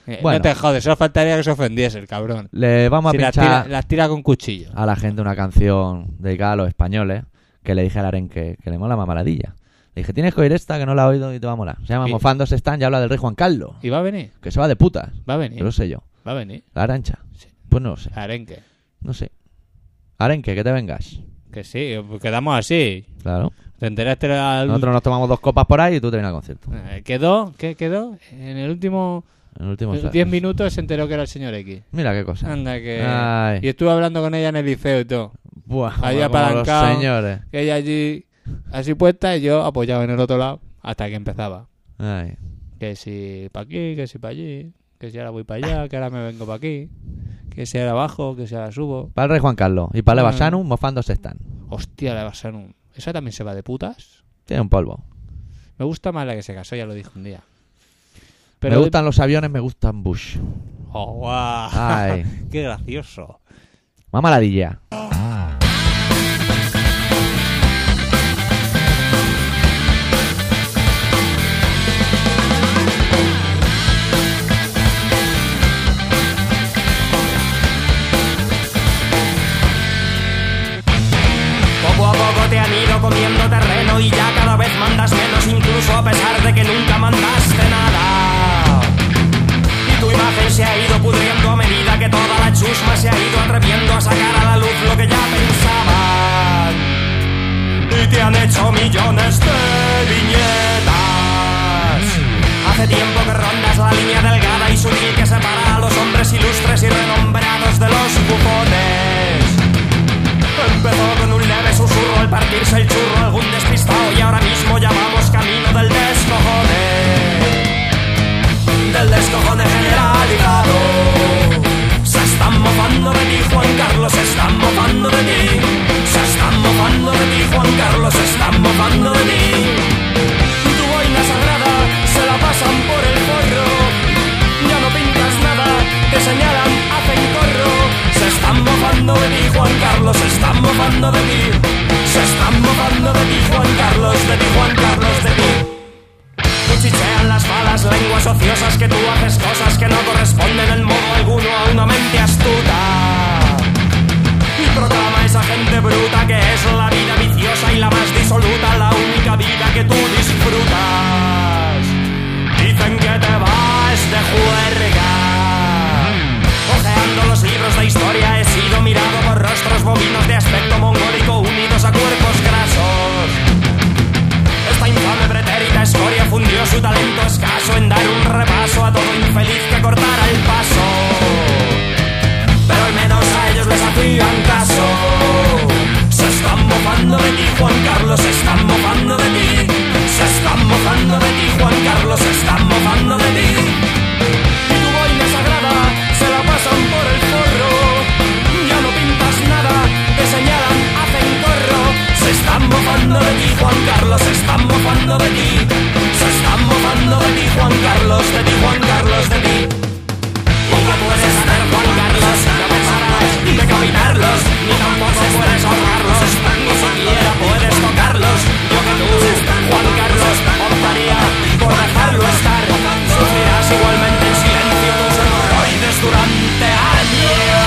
B: Eh,
A: Bueno.
B: No te jodes, solo faltaría que se ofendiese el cabrón.
A: Le vamos a
B: Si las, tira,
A: pinchar
B: las tira con cuchillo.
A: a la gente una canción dedicada a los españoles que le dije al Aren que, que le mola mamaladilla. Le dije, tienes que oír esta que no la he oído y te va a molar. Se llama
B: Y-
A: Mofándose Están y habla del rey Juan Carlos,
B: Y va a venir,
A: que se va de putas.
B: va a
A: Yo
B: venir,
A: lo sé yo.
B: va a venir.
A: La arancha.
B: Sí.
A: Pues no lo sé.
B: Arenque.
A: No sé. Arenque, que te vengas.
B: Que sí, quedamos así.
A: Claro.
B: ¿Te enteraste al...
A: Nosotros nos tomamos dos copas por ahí y tú te vienes al concierto.
B: Eh, ¿Quedó? ¿Qué quedó? En el último...
A: En últimos
B: En
A: años.
B: 10 minutos se enteró que era el señor X.
A: Mira qué cosa.
B: Anda que...
A: Ay.
B: Y estuve hablando con ella en el liceo y todo.
A: Buah,
B: Ahí
A: como
B: apalancado.
A: los señores.
B: Que ella allí así puesta y yo apoyado en el otro lado hasta que empezaba.
A: Ay.
B: Que si para aquí, que si para allí, que si ahora voy para allá, que ahora me vengo para aquí, que si ahora bajo, que si ahora subo.
A: Para el rey Juan Carlos y para
B: Ah.
A: Leva Sanum, mofándose están.
B: Hostia, la Basanum. ¿Esa también se va de putas?
A: Tiene un polvo.
B: Me gusta más la que se casó, ya lo dije un día.
A: me gustan los aviones, me gustan Bush.
B: ¡Oh, guau!
A: Ay.
B: [LAUGHS] ¡Qué gracioso!
A: Más maravilla.
D: Poco a poco te han ido comiendo terreno y ya cada vez mandas menos, incluso a pesar de que nunca mandaste nada. Y tu imagen se ha ido pudriendo a medida que toda la chusma se ha ido atreviendo a sacar a la luz lo que ya pensaban. Y te han hecho millones de viñetas. Hace tiempo que rondas la línea delgada y sutil que separa a los hombres ilustres y renombrados de los bufones. Empezó con un leve susurro al partirse el churro algún despistado y ahora mismo ya vamos camino del descojone. Del descojone generalizado. Se están mofando de ti, Juan Carlos, se están mofando de ti. Se están mofando de ti, Juan Carlos, se están mofando de ti. Tu boina sagrada se la pasan por el forro. Ya no pintas nada, te señalan, hacen corro. Se están mofando de ti, Juan Carlos, se están mofando de ti. Se están mofando de ti, Juan Carlos, de ti, Juan Carlos, de ti. Cuchichean las malas lenguas ociosas que tú haces cosas que no corresponden en modo alguno a una mente astuta. Y proclama a esa gente bruta que es la vida viciosa y la más disoluta, la única vida que tú disfrutas. Dicen que te vas de juerga. Ojeando los libros de historia he sido mirado por rostros bovinos de aspecto mongólico unidos a cuerpos grasos. Esta infame pretérita escoria fundió su talento escaso en dar un repaso a todo infeliz que cortara el paso pero al menos a ellos les hacían caso. Se están mofando de ti, Juan Carlos, se están mofando de ti. Se están mofando de ti, Juan Carlos, se están mofando de ti. Y tu boina sagrada se la pasan por el forro. Ya no pintas nada, te señalan, hacen corro. Se están mofando de ti, Juan Carlos, se están mofando de ti. Se están mofando de ti, Juan Carlos, de ti, Juan Carlos, de ti. Nunca puedes hacer volcarlos, no pensarás de caminarlos, ni tampoco puedes ahorrarlos, ni siquiera puedes tocarlos. Yo que tú, Juan Carlos, optaría por dejarlo estar. Sufrirás igualmente en silencio tus hemorroides durante años.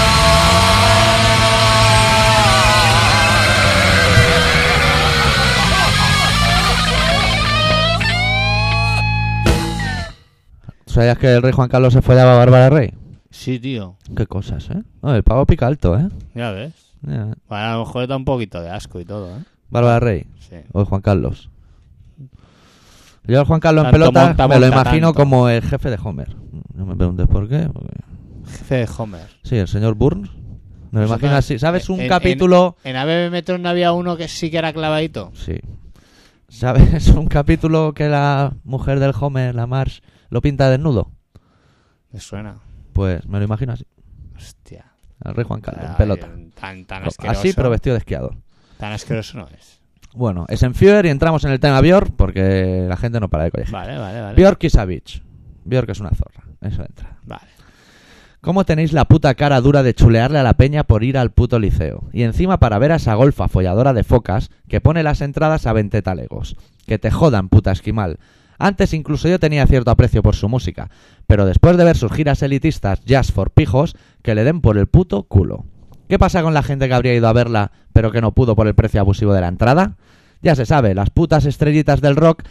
A: ¿Sabías que el rey Juan Carlos se fue de Ava Bárbara Rey?
B: Sí, tío.
A: Qué cosas, ¿eh? No, el pavo pica alto, ¿eh?
B: Ya ves.
A: Ya.
B: Bueno, a lo mejor da un poquito de asco y todo, ¿eh?
A: Bárbara Rey
B: Sí.
A: o el Juan Carlos. Yo al Juan Carlos en
B: Tanto
A: pelota
B: monta,
A: me lo
B: monta
A: imagino
B: tanto.
A: como el jefe de Homer. No me preguntes por qué. porque-
B: Jefe de Homer.
A: Sí, el señor Burns. Me lo
B: Eso
A: imagino
B: no-
A: así. ¿Sabes? Un
B: en- en-
A: capítulo...
B: En ABB Metro no había uno que sí que era clavadito.
A: Sí. ¿Sabes? [LAUGHS] Un capítulo que la mujer del Homer, la Mars, lo pinta desnudo.
B: Me suena.
A: Pues me lo imagino así.
B: Hostia.
A: Al rey Juan Carlos, en
B: Ay,
A: pelota.
B: Tan, tan asqueroso.
A: Así, pero vestido de esquiador.
B: Tan asqueroso no es.
A: Bueno, es en Führer y entramos en el tema Björk porque la gente no para de colegio.
B: Vale, vale, vale.
A: Björk y Savage. Björk es una zorra. Eso entra.
B: Vale.
A: ¿Cómo tenéis la puta cara dura de chulearle a la peña por ir al puto liceo? Y encima para ver a esa golfa folladora de focas que pone las entradas a 20 talegos. Que te jodan, puta esquimal. Antes incluso yo tenía cierto aprecio por su música, pero después de ver sus giras elitistas Jazz for Pijos, que le den por el puto culo. ¿Qué pasa con la gente que habría ido a verla pero que no pudo por el precio abusivo de la entrada? Ya se sabe, las putas estrellitas del rock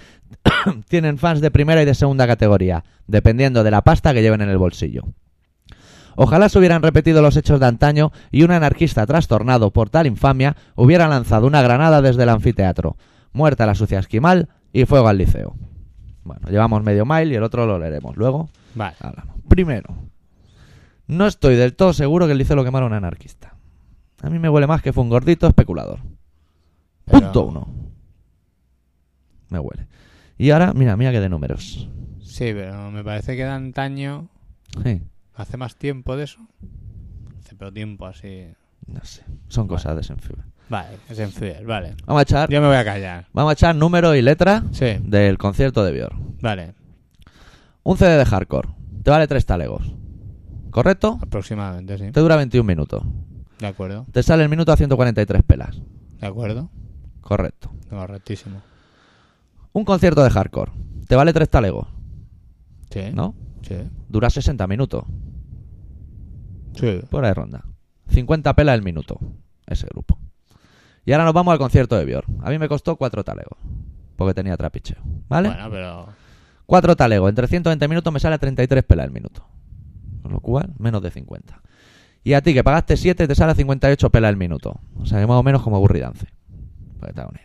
A: [COUGHS] tienen fans de primera y de segunda categoría, dependiendo de la pasta que lleven en el bolsillo. Ojalá se hubieran repetido los hechos de antaño y un anarquista trastornado por tal infamia hubiera lanzado una granada desde el anfiteatro. Muerta la sucia esquimal y fuego al liceo. Bueno, llevamos medio mile y el otro lo leeremos luego.
B: Vale.
A: hablamos. Primero, no estoy del todo seguro que el liceo lo quemara un anarquista. A mí me huele más que fue un gordito especulador.
B: Pero-
A: Punto uno. Me huele. Y ahora, mira, mira que de números.
B: Sí, pero me parece que de antaño
A: Sí,
B: hace más tiempo de eso. Hace pero tiempo así.
A: no sé. Son cosas de Senfibre.
B: Vale, es en Fier, vale.
A: Vamos a echar,
B: Yo me voy a callar.
A: vamos a echar números y letras
B: Sí,
A: del concierto de Bior.
B: vale,
A: Un CD de hardcore. Te vale tres talegos. ¿Correcto?
B: aproximadamente, sí.
A: Te dura 21 minutos.
B: De acuerdo,
A: Te sale el minuto a 143 pelas.
B: de acuerdo.
A: Correcto.
B: Correctísimo.
A: Un concierto de hardcore. Te vale tres talegos,
B: Sí,
A: ¿no?
B: sí,
A: Dura 60 minutos.
B: sí.
A: Por ahí ronda. 50 pelas el minuto. Ese grupo. Y ahora nos vamos al concierto de Bior. A mí me costó cuatro talegos. Porque tenía trapicheo. ¿Vale?
B: Bueno, pero.
A: Cuatro talegos. En 320 minutos me sale a 33 pelas el minuto. Con lo cual, menos de 50. Y a ti, que pagaste 7, te sale a 58 pelas el minuto. O sea, que más o menos como aburridance. Para que te hagas una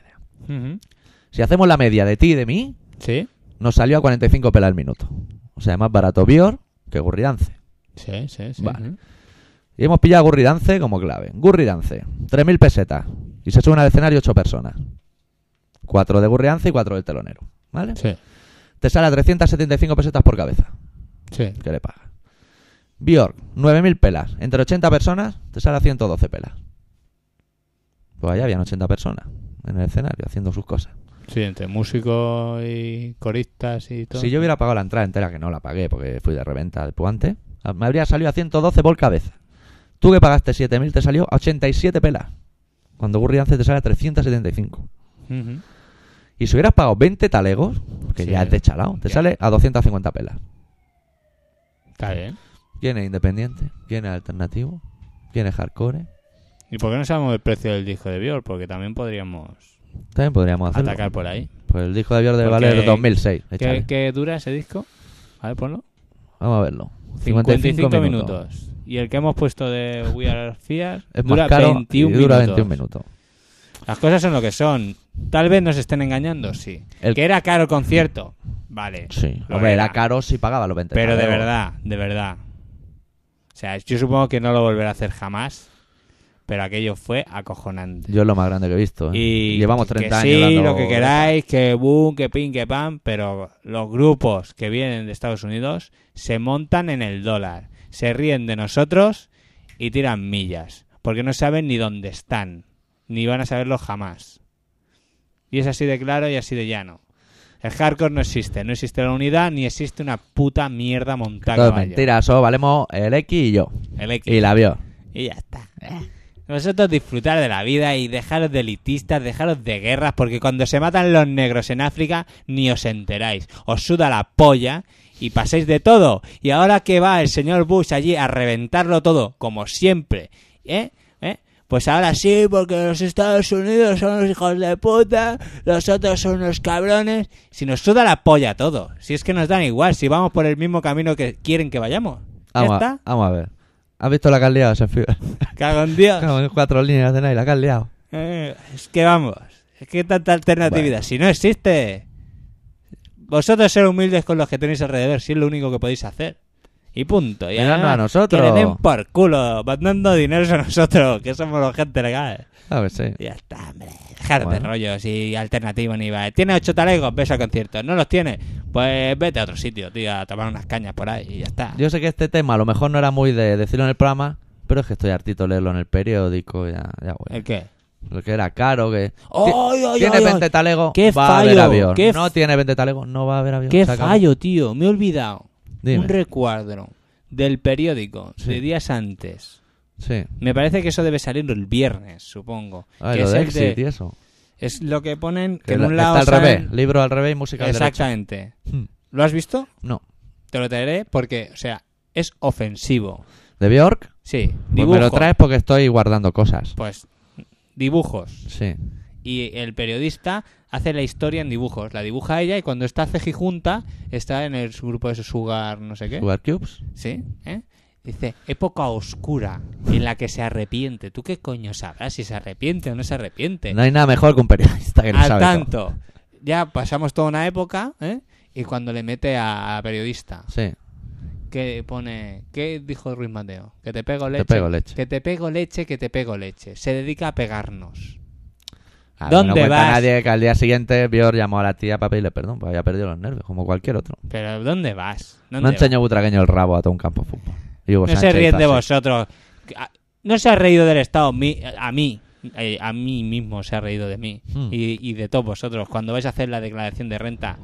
A: idea.
B: Ujú.
A: Si hacemos la media de ti y de mí,
B: Sí,
A: nos salió a 45 pelas el minuto. O sea, más barato Bior que Gurridance.
B: sí, sí, sí.
A: Vale.
B: Ujú.
A: Y hemos pillado a Gurridance como clave. Gurridance, 3.000 pesetas. Y se suben al escenario 8 personas. 4 de Gurridance y 4 del telonero. ¿Vale?
B: Sí,
A: Te sale a 375 pesetas por cabeza.
B: sí,
A: que le pagas. Bjork, 9.000 pelas. Entre 80 personas te sale a 112 pelas. Pues allá habían 80 personas en el escenario haciendo sus cosas.
B: sí, entre músicos y coristas y todo.
A: Si yo hubiera pagado la entrada entera, que no la pagué porque fui de reventa después antes, a- me habría salido a 112 por cabeza. Tú que pagaste 7.000 te salió a 87 pelas. Cuando Gurri Dance te sale a 375.
B: Ujú.
A: Y si hubieras pagado 20 talegos, que
B: Sí.
A: ya es de chalao, te
B: Ya.
A: sale a 250 pelas.
B: Está bien.
A: ¿Quién es independiente? ¿Quién es alternativo? ¿Quién es hardcore?
B: ¿Y por qué no sabemos el precio del disco de Bior? Porque también podríamos
A: También podríamos hacerlo.
B: atacar por ahí.
A: Pues el disco de Björk debe
B: Porque-
A: valer 2006.
B: ¿Qué,
A: échale.
B: qué dura ese disco? A ver, ponlo.
A: Vamos a verlo.
B: 55, minutos. Y el que hemos puesto de We Are Fear
A: Es
B: dura,
A: más caro
B: 21
A: y dura
B: minutos.
A: 21 minutos.
B: Las cosas son lo que son. Tal vez nos estén engañando, sí.
A: El-
B: Que era caro el concierto. Vale.
A: Sí.
B: lo
A: Hombre,
B: era.
A: era caro si pagaba los 20.
B: Pero de
A: talegos.
B: verdad, de verdad. O sea, yo supongo que no lo volverá a hacer jamás. Pero aquello fue acojonante.
A: Yo es lo más grande que he visto. ¿eh?
B: Y
A: Llevamos
B: que
A: 30
B: sí,
A: años. dando-
B: lo que queráis, que boom, que pin, que pam, pero los grupos que vienen de Estados Unidos se montan en el dólar, se ríen de nosotros y tiran millas, porque no saben ni dónde están, ni van a saberlo jamás. Y es así de claro y así de llano. El hardcore no existe, no existe la unidad, ni existe una puta mierda montada. a
A: Todo es
B: caballo.
A: mentira, solo valemos el X y yo.
B: El X.
A: Y la vio.
B: Y ya está. Vosotros disfrutar de la vida y dejaros de elitistas, dejaros de guerras, porque cuando se matan los negros en África ni os enteráis. Os suda la polla y paséis de todo. Y ahora que va el señor Bush allí a reventarlo todo, como siempre, ¿eh? ¿Eh? Pues ahora sí, porque los Estados Unidos son los hijos de puta, los otros son los cabrones. Si nos suda la polla todo, si es que nos dan igual, si vamos por el mismo camino que quieren que vayamos. ¿Ya
A: Vamos, a,
B: está?
A: vamos a ver. ¿Has visto la que has liado, [LAUGHS]
B: [LAUGHS]
A: Sergio?
B: Cago en Dios.
A: Cago en cuatro líneas de nada y la que has liado.
B: Eh, es que vamos, es que tanta alternatividad,
A: Bueno.
B: si no existe, vosotros ser humildes con los que tenéis alrededor, si es lo único que podéis hacer. Y punto. Y
A: Pero no
B: además,
A: a nosotros.
B: Que le den por culo, mandando dinero a nosotros, que somos la gente legal.
A: A ver, sí.
B: Y Ya está, hombre. Dejar de
A: Bueno.
B: rollos y alternativo ni va. Tiene ocho talegos, ves al concierto. No los tiene, pues vete a otro sitio, tío, a tomar unas cañas por ahí y ya está.
A: Yo sé que este tema a lo mejor no era muy de decirlo en el programa, pero es que estoy hartito de leerlo en el periódico. Ya, ya voy.
B: ¿El qué?
A: Lo que era caro, que...
B: ¡Ay, ay,
A: tiene
B: ay, ay!
A: 20 talegos,
B: ¡Qué
A: va a haber
B: fallo!
A: avión.
B: ¡Qué
A: no tiene 20 talegos, no va a haber avión.
B: ¡Qué
A: Se acabó.
B: fallo, tío! Me he olvidado.
A: Dime.
B: Un recuadro del periódico
A: Sí.
B: de días antes.
A: Sí.
B: Me parece que eso debe salir el viernes, supongo.
A: Ah,
B: que
A: y lo
B: es,
A: de
B: el de-
A: Exit y eso.
B: es lo que ponen que,
A: Que
B: en
A: la-
B: un lado.
A: está al
B: salen-
A: revés. Libro al revés y música al derecho.
B: Exactamente.
A: Hmm.
B: ¿Lo has visto?
A: No.
B: Te lo traeré porque, o sea, es ofensivo.
A: ¿De Bjork?
B: Sí,
A: Pues
B: dibujos.
A: me lo traes porque estoy guardando cosas.
B: Pues dibujos.
A: Sí.
B: Y el periodista hace la historia en dibujos. La dibuja ella y cuando está cejijunta está en el su grupo de Sugar, no sé qué.
A: Sugar Cubes.
B: ¿Sí? ¿Eh? Dice, época oscura en la que se arrepiente. ¿Tú qué coño sabrás si se arrepiente o no se arrepiente?
A: No hay nada mejor que un periodista que lo
B: Al
A: sabe todo.
B: tanto, ya pasamos toda una época ¿eh? y cuando le mete a, a periodista.
A: Sí.
B: que pone, ¿qué dijo Ruiz Mateo? Que te pego leche.
A: Te pego leche.
B: Que te pego leche, que te pego leche. Se dedica a pegarnos.
A: A mí
B: ¿Dónde
A: Ah, no cuenta
B: vas?
A: nadie que al día siguiente Bior llamó a la tía para pedirle perdón, porque había perdido los nervios, como cualquier otro.
B: Pero ¿dónde vas? ¿Dónde
A: No
B: vas?
A: enseñó butragueño el rabo a todo un campo de fútbol. Y Hugo
B: No se
A: Pues Sánchez
B: ríen de
A: hizo así.
B: vosotros. Ah, No se ha reído del Estado mi- a mí. eh, A mí mismo se ha reído de mí.
A: Hmm.
B: Y, y de todos vosotros. Cuando vais a hacer la declaración de renta,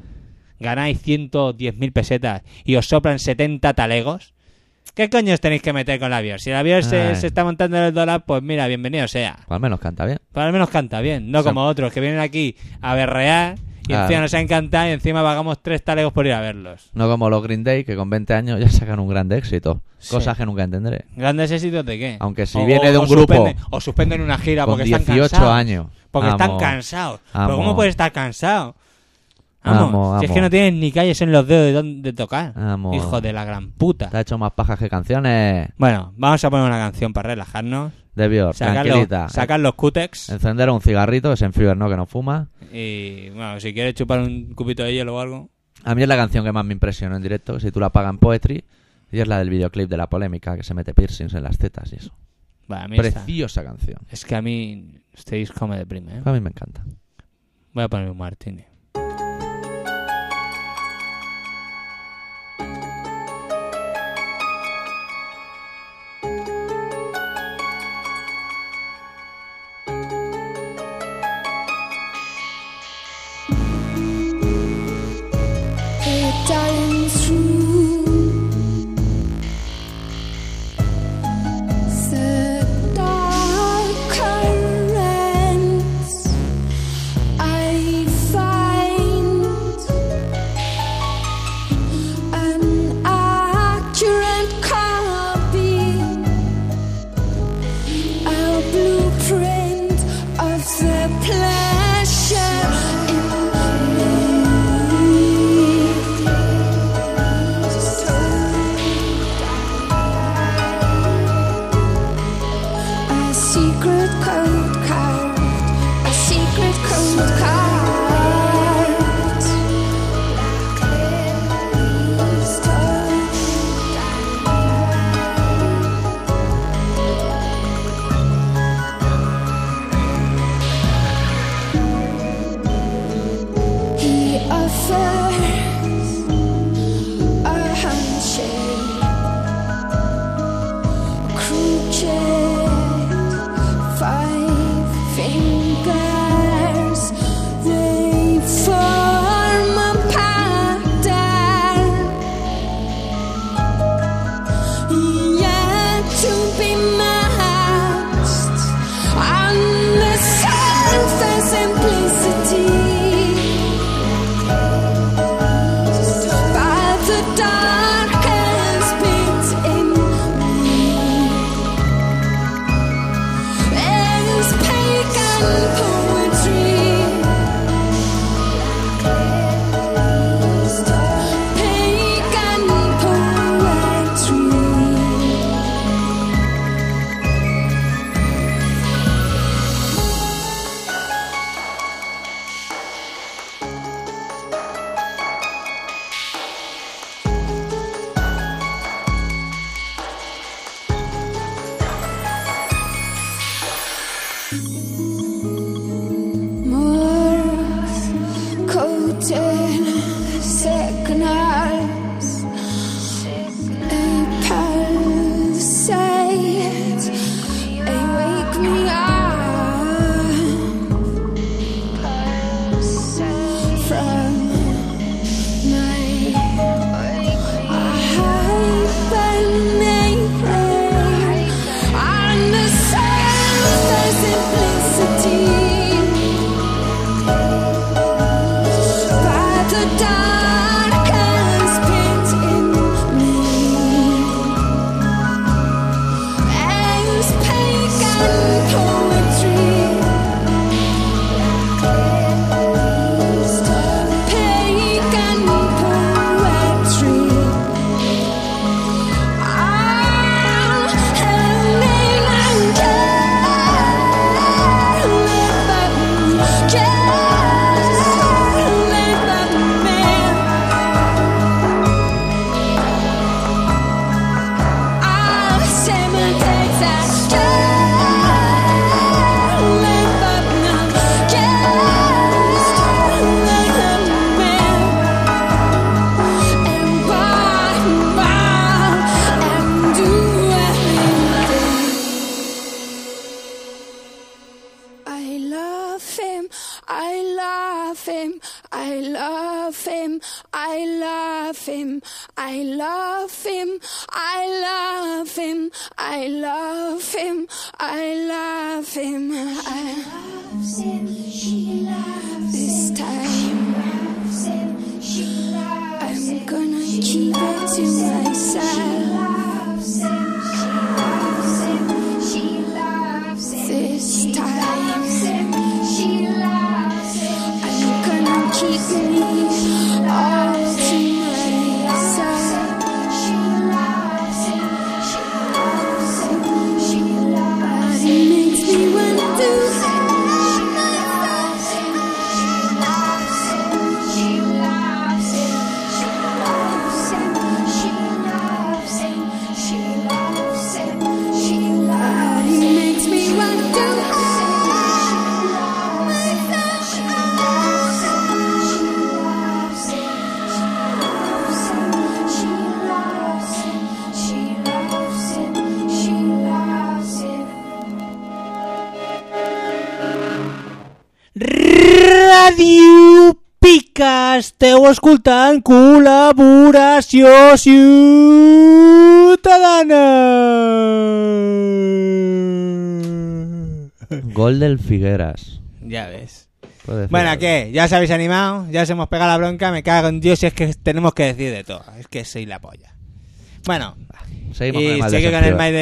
B: ganáis 110.000 pesetas y os soplan 70 talegos. ¿Qué coño os tenéis que meter con la Bior? Si la Bior se,
A: Ay.
B: se está montando en el dólar, pues mira, bienvenido sea.
A: Pues Al menos canta bien.
B: Pero al menos canta bien. No
A: O sea,
B: como otros que vienen aquí a berrear y
A: Claro.
B: encima nos ha encantado y encima pagamos tres talegos por ir a verlos.
A: No como los Green Day, que con 20 años ya sacan un grande éxito.
B: Sí.
A: Cosas que nunca entenderé.
B: ¿Grandes éxitos de qué?
A: Aunque si viene de un
B: suspenden-
A: grupo
B: o suspenden una gira
A: con
B: porque están
A: 18
B: cansados.
A: años.
B: Porque están
A: Vamos.
B: cansados. Pero ¿cómo
A: Amo.
B: puedes estar cansado? Vamos,
A: Amo,
B: si es
A: amo.
B: que no tienes ni calles en los dedos de, don- de tocar.
A: Amo.
B: Hijo de la gran puta.
A: Te ha hecho más pajas que canciones
B: Bueno, vamos a poner una canción para relajarnos.
A: de Bior.
B: Sacar
A: Tranquilita. eh.
B: los, sacar los cútex.
A: Encender un cigarrito, que se enfríe, ¿no? Que no fuma.
B: Y bueno, si quieres chupar un cupito de hielo o algo.
A: A mí es la canción que más me impresionó en directo, que si tú la pagas en Poetry, y es la del videoclip de la polémica, que se mete piercings en las tetas y eso.
B: Vale, a mí esta-
A: Preciosa canción.
B: Es que a mí este disco me deprime. ¿eh?
A: A mí me encanta.
B: Voy a poner un martini.
E: It darling's true. The dark currents I find an accurate copy, a blueprint of the pleasure in me. A secret code card. A secret code card. He offers a handshake. Crooked five fingers, they form a pattern yet to be matched on the surface simplicity. By the darkest bit in me is pagan poetry. Pagan poetry. Morse coated signals, a palisade, they wake me up from my hibernation on the surface simplicity. By the darkest pit in me, as pagan poetry, pagan poetry, I'm hanging on just let me love him, I love him, I love him, I love him, I love him, I love him. I loves him, she loves this time. I'm gonna keep it to myself. This time, I'm gonna keep it all to myself. But it makes me want
B: Ràdio Pica, esteu escoltant Col·laboració Ciutadana.
A: Gol del Figueras.
B: Ya ves.
A: Puede ser.
B: Bueno, ¿qué? ¿Ya os habéis animado? ¿Ya os hemos pegado la bronca? Me cago en Dios si es que tenemos que decir de todo. Es que soy la polla. Bueno,
A: Seguimos
B: y
A: con el mal
B: sigue
A: de
B: con el
A: Senfibre.
B: mail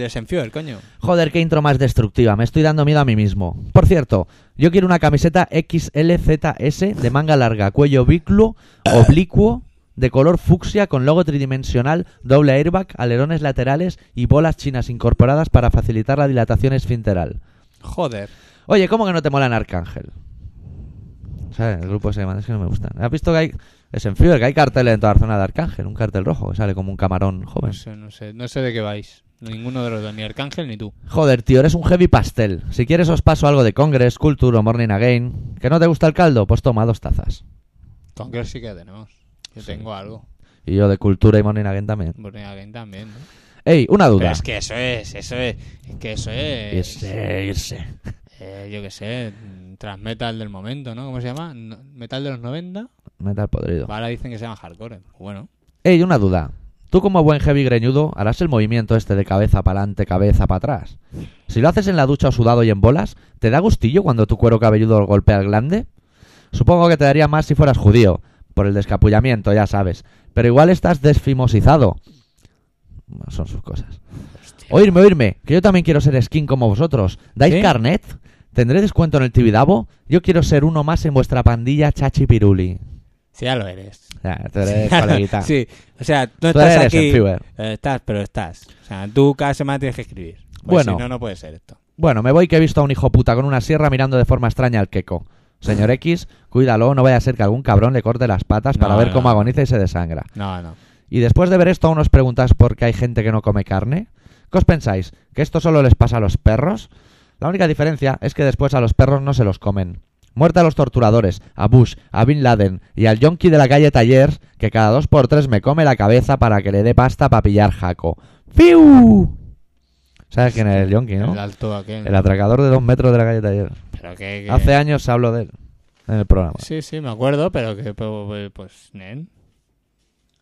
B: del Senfior, coño.
A: Joder, qué intro más destructiva. Me estoy dando miedo a mí mismo. Por cierto, yo quiero una camiseta XLZS de manga larga, cuello biclo, oblicuo, de color fucsia con logo tridimensional, doble airbag, alerones laterales y bolas chinas incorporadas para facilitar la dilatación esfinteral.
B: Joder.
A: Oye, ¿cómo que no te molan Arcángel? ¿Sabes? El grupo ese de bandas que no me gustan. ¿Has visto que hay... Es en Fever, que hay carteles en toda la zona de Arcángel. Un cartel rojo que sale como un camarón joven.
B: No sé, no sé, no sé de qué vais. Ninguno de los dos, ni Arcángel ni tú.
A: Joder, tío, eres un heavy pastel. Si quieres os paso algo de Congress, Culture o Morning Again. ¿Que no te gusta el caldo? Pues toma dos tazas.
B: Con que sí que tenemos. Yo
A: Sí.
B: tengo algo.
A: Y yo de Cultura y Morning Again también.
B: Burning Again también. ¿no?
A: Ey, una
B: Pero
A: duda.
B: es que eso es, eso es, es que eso es.
A: Irse, irse.
B: eh, yo qué sé, transmetal del momento, ¿no? ¿Cómo se llama? No- metal de los 90.
A: Metal podrido.
B: Ahora dicen que se llama hardcore. ¿eh? Pues Bueno,
A: Ey, una duda. Tú como buen heavy greñudo harás el movimiento este de cabeza para adelante, cabeza para atrás. Si lo haces en la ducha o sudado y en bolas, ¿te da gustillo cuando tu cuero cabelludo golpea el glande? Supongo que te daría más si fueras judío, por el descapullamiento, ya sabes. Pero igual estás desfimosizado. Bueno, son sus cosas. Oírme, oírme, que yo también quiero ser skin como vosotros. ¿Dais
B: ¿Sí?
A: carnet? ¿Tendré descuento en el Tibidabo? Yo quiero ser uno más en vuestra pandilla Chachi Piruli.
B: si ya lo eres.
A: Ya, tú eres
B: [LAUGHS]
A: coleguita.
B: sí, o sea, no
A: Tú
B: estás
A: eres
B: aquí.
A: en Fever.
B: eh, estás, pero estás. O sea, tú cada semana tienes que escribir. Pues
A: Bueno.
B: Si no, no puede ser esto.
A: Bueno, me voy que he visto a un hijo puta con una sierra mirando de forma extraña al queco.
B: [LAUGHS]
A: Señor X, cuídalo, no vaya a ser que algún cabrón le corte las patas para
B: No,
A: ver
B: no.
A: cómo agoniza y se desangra.
B: No, no.
A: Y después de ver esto, aún os preguntáis por qué hay gente que no come carne. ¿Qué os pensáis? ¿Que esto solo les pasa a los perros? La única diferencia es que después a los perros no se los comen. Muerte a los torturadores, a Bush, a Bin Laden y al yonki de la calle Taller, que cada dos por tres me come la cabeza para que le dé pasta para pillar jaco. ¡Fiu! ¿Sabes quién es el yonki, no?
B: El alto aquel.
A: El atracador de dos metros de la calle Taller.
B: Pero que, que-
A: Hace años se habló de él en el programa.
B: Sí, sí, me acuerdo, pero que. Pues, pues, nen.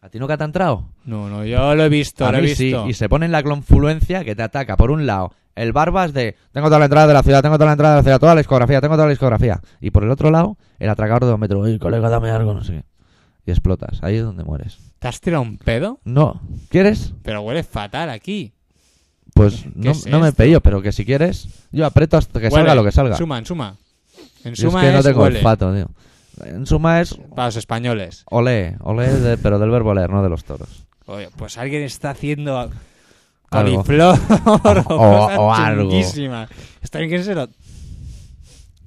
A: ¿A ti nunca te ha entrado?
B: No, no, yo lo he visto,
A: a
B: lo he
A: mí sí,
B: visto.
A: y se pone en la confluencia que te ataca. Por un lado, el Barbas de tengo toda la entrada de la ciudad, tengo toda la entrada de la ciudad, toda la discografía, tengo toda la discografía. Y por el otro lado, el atracador de dos metros, uy, colega, dame algo, no sé qué. Y explotas, ahí es donde mueres.
B: ¿Te has tirado un pedo?
A: No, ¿quieres?
B: Pero huele fatal aquí.
A: Pues no,
B: es
A: no me
B: esto?
A: pello, pero que si quieres, yo aprieto hasta que
B: Huele.
A: salga lo que salga.
B: Suma, en suma.
A: Y
B: En
A: es
B: suma
A: que
B: es,
A: no tengo
B: huele.
A: olfato, tío. En suma es
B: Para los españoles.
A: olé, olé, de- pero del verbo leer, no de los toros.
B: Oye, pues alguien está haciendo
A: Algo. [LAUGHS]
B: coliflor o,
A: O-
B: cosas
A: o algo.
B: chunguísimas. Está bien que se lo...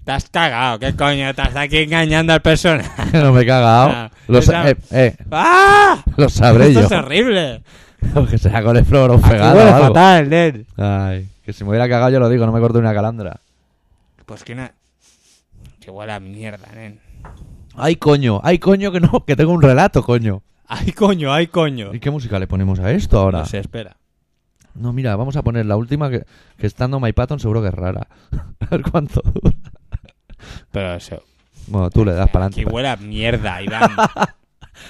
B: Te has cagado, ¿qué coño? Estás aquí engañando al personal.
A: [LAUGHS] no me he cagado.
B: Ah,
A: Lo sa-
B: esa-
A: eh, eh,
B: [LAUGHS] ¡Ah!
A: lo sabré
B: Esto
A: yo. [LAUGHS]
B: es horrible.
A: O que sea con el flor o un
B: Aquí
A: fregado o
B: huele
A: algo.
B: fatal, Ned.
A: Ay, que si me hubiera cagado yo lo digo, no me corto una calandra.
B: Pues que una... Que huele a mierda, nen.
A: Ay, coño, ay, coño, que no, que tengo un relato, coño.
B: ¡Ay, coño, ay, coño!
A: ¿Y qué música le ponemos a esto ahora?
B: No se espera.
A: No, mira, vamos a poner la última que, [LAUGHS] que estando My Patton seguro que es rara. a ver cuánto dura.
B: Pero eso...
A: Bueno, tú le das para
B: Que
A: adelante.
B: huele a
A: [LAUGHS]
B: mierda, Iván.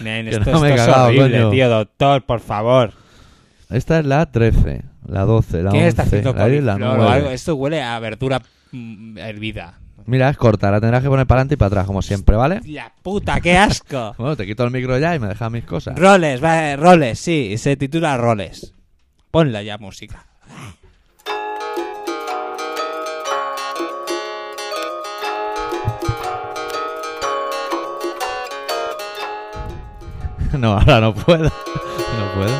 B: Nen,
A: pues. Que
B: esto,
A: no me he
B: esto
A: cagado,
B: es horrible,
A: coño.
B: tío. Doctor, por favor.
A: Esta es la 13, la 12, la
B: ¿Qué
A: 11,
B: está haciendo
A: la 10, la
B: coliflor o
A: 9.
B: algo? Esto huele a verdura mm, hervida.
A: Mira, es corta, la tendrás que poner para adelante y para atrás, como siempre, ¿vale?
B: La puta, qué asco.
A: Bueno, te quito el micro ya y me dejas mis cosas.
B: roles, va, eh, roles, sí. Se titula Roles. Ponla ya música.
A: [LAUGHS] No, ahora no puedo. No puedo.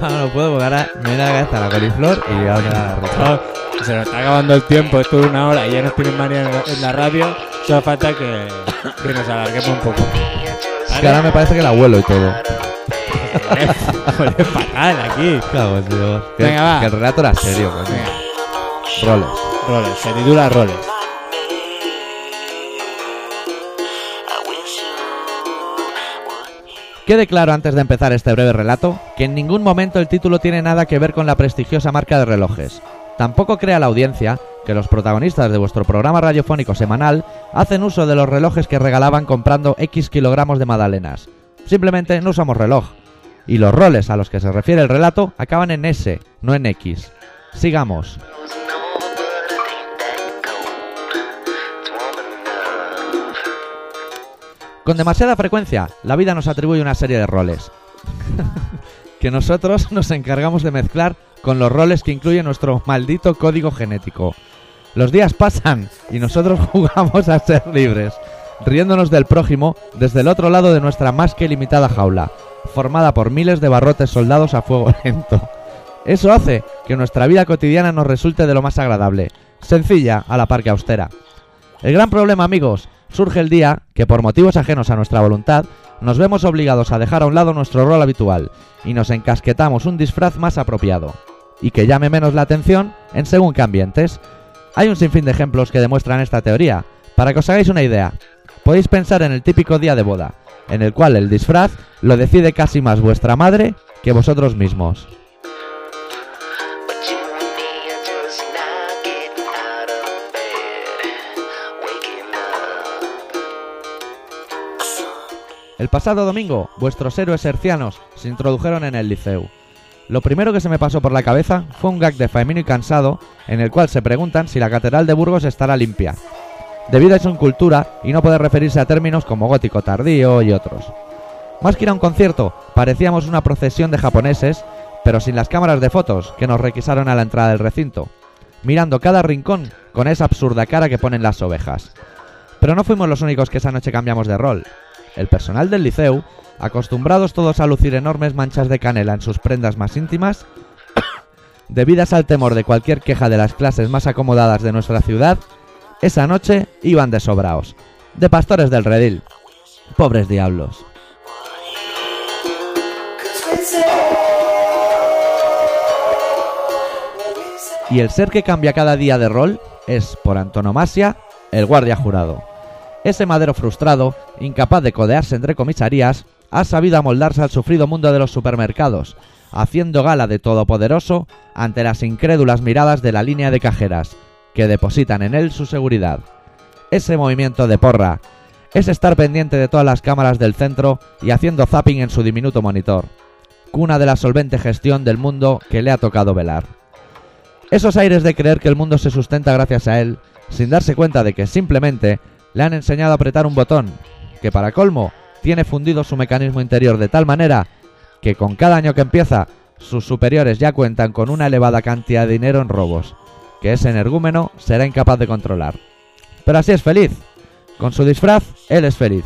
A: Ahora no puedo porque ahora me da hasta la coliflor y ahora la ropa.
B: No, Ah, se nos está acabando el tiempo, esto es una hora y ya nos tienen manía en la, en la radio. Solo falta que, que nos alarguemos un poco.
A: Es que ahora me parece que la vuelo y
B: [LAUGHS]
A: todo. [LAUGHS]
B: Huele- [LAUGHS] Huele fatal aquí.
A: Cago en Dios. pues, Que,
B: Venga, va.
A: que el relato era serio, coño.
B: Venga,
A: Roles.
B: roles, se titula Roles.
A: Quede claro antes de empezar este breve relato que en ningún momento el título tiene nada que ver con la prestigiosa marca de relojes. Tampoco crea la audiencia que los protagonistas de vuestro programa radiofónico semanal hacen uso de los relojes que regalaban comprando X kilogramos de magdalenas. Simplemente no usamos reloj. Y los roles a los que se refiere el relato acaban en S, no en X. Sigamos. Con demasiada frecuencia, la vida nos atribuye una serie de roles. [LAUGHS] que nosotros nos encargamos de mezclar con los roles que incluye nuestro maldito código genético. Los días pasan y nosotros [LAUGHS] jugamos a ser libres, riéndonos del prójimo desde el otro lado de nuestra más que limitada jaula, formada por miles de barrotes soldados a fuego [LAUGHS] lento. Eso hace que nuestra vida cotidiana nos resulte de lo más agradable, sencilla a la par que austera. El gran problema, amigos, surge el día que por motivos ajenos a nuestra voluntad nos vemos obligados a dejar a un lado nuestro rol habitual y nos encasquetamos un disfraz más apropiado y que llame menos la atención en según qué ambientes. Hay un sinfín de ejemplos que demuestran esta teoría. Para que os hagáis una idea, podéis pensar en el típico día de boda, en el cual el disfraz lo decide casi más vuestra madre que vosotros mismos. El pasado domingo, vuestros héroes hercianos se introdujeron en el liceu. Lo primero que se me pasó por la cabeza fue un gag de Faemino y Cansado en el cual se preguntan si la Catedral de Burgos estará limpia, debido a su cultura y no poder referirse a términos como gótico tardío y otros. Más que ir a un concierto, parecíamos una procesión de japoneses, pero sin las cámaras de fotos que nos requisaron a la entrada del recinto, mirando cada rincón con esa absurda cara que ponen las ovejas. Pero no fuimos los únicos que esa noche cambiamos de rol. El personal del liceu, acostumbrados todos a lucir enormes manchas de canela en sus prendas más íntimas, [COUGHS] debidas al temor de cualquier queja de las clases más acomodadas de nuestra ciudad, esa noche iban de sobraos, de pastores del redil. Pobres diablos. Y el ser que cambia cada día de rol es, por antonomasia, el guardia jurado. Ese madero frustrado, incapaz de codearse entre comisarías, ha sabido amoldarse al sufrido mundo de los supermercados, haciendo gala de todopoderoso ante las incrédulas miradas de la línea de cajeras, que depositan en él su seguridad. Ese movimiento de porra es estar pendiente de todas las cámaras del centro y haciendo zapping en su diminuto monitor, cuna de la solvente gestión del mundo que le ha tocado velar. Esos aires de creer que el mundo se sustenta gracias a él, sin darse cuenta de que simplemente le han enseñado a apretar un botón, que para colmo tiene fundido su mecanismo interior de tal manera que con cada año que empieza, sus superiores ya cuentan con una elevada cantidad de dinero en robos, que ese energúmeno será incapaz de controlar. Pero así es feliz. Con su disfraz, él es feliz.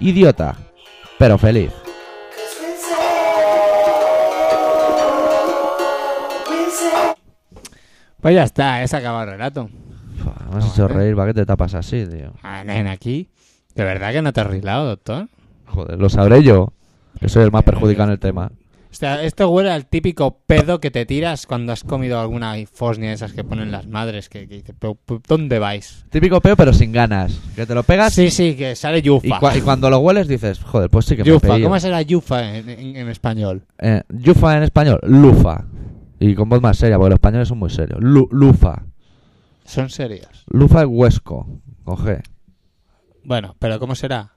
A: Idiota, pero feliz.
B: Pues ya está, es acabado el relato.
A: Me has hecho reír, ¿para qué te tapas así, tío?
B: Ah, nen, aquí. ¿De verdad que no te has rilado, doctor?
A: Joder, lo sabré yo, que soy el más perjudicado en el tema.
B: O sea, esto huele al típico pedo que te tiras cuando has comido alguna fosnia de esas que ponen las madres, que, que dices, "Pero, pu- ¿dónde vais?
A: Típico peo, pero sin ganas. Que te lo pegas
B: Ah, Sí, sí, que sale
A: y,
B: yufa.
A: cua- y cuando lo hueles dices, joder, pues sí que me he
B: yufa,
A: pedido.
B: ¿cómo será yufa en, en- en español?
A: Eh, yufa en español, lufa. Y con voz más seria, porque los españoles son muy serios. Lu- lufa.
B: Son serios.
A: Lufa es huesco, con G.
B: Bueno, pero ¿cómo será?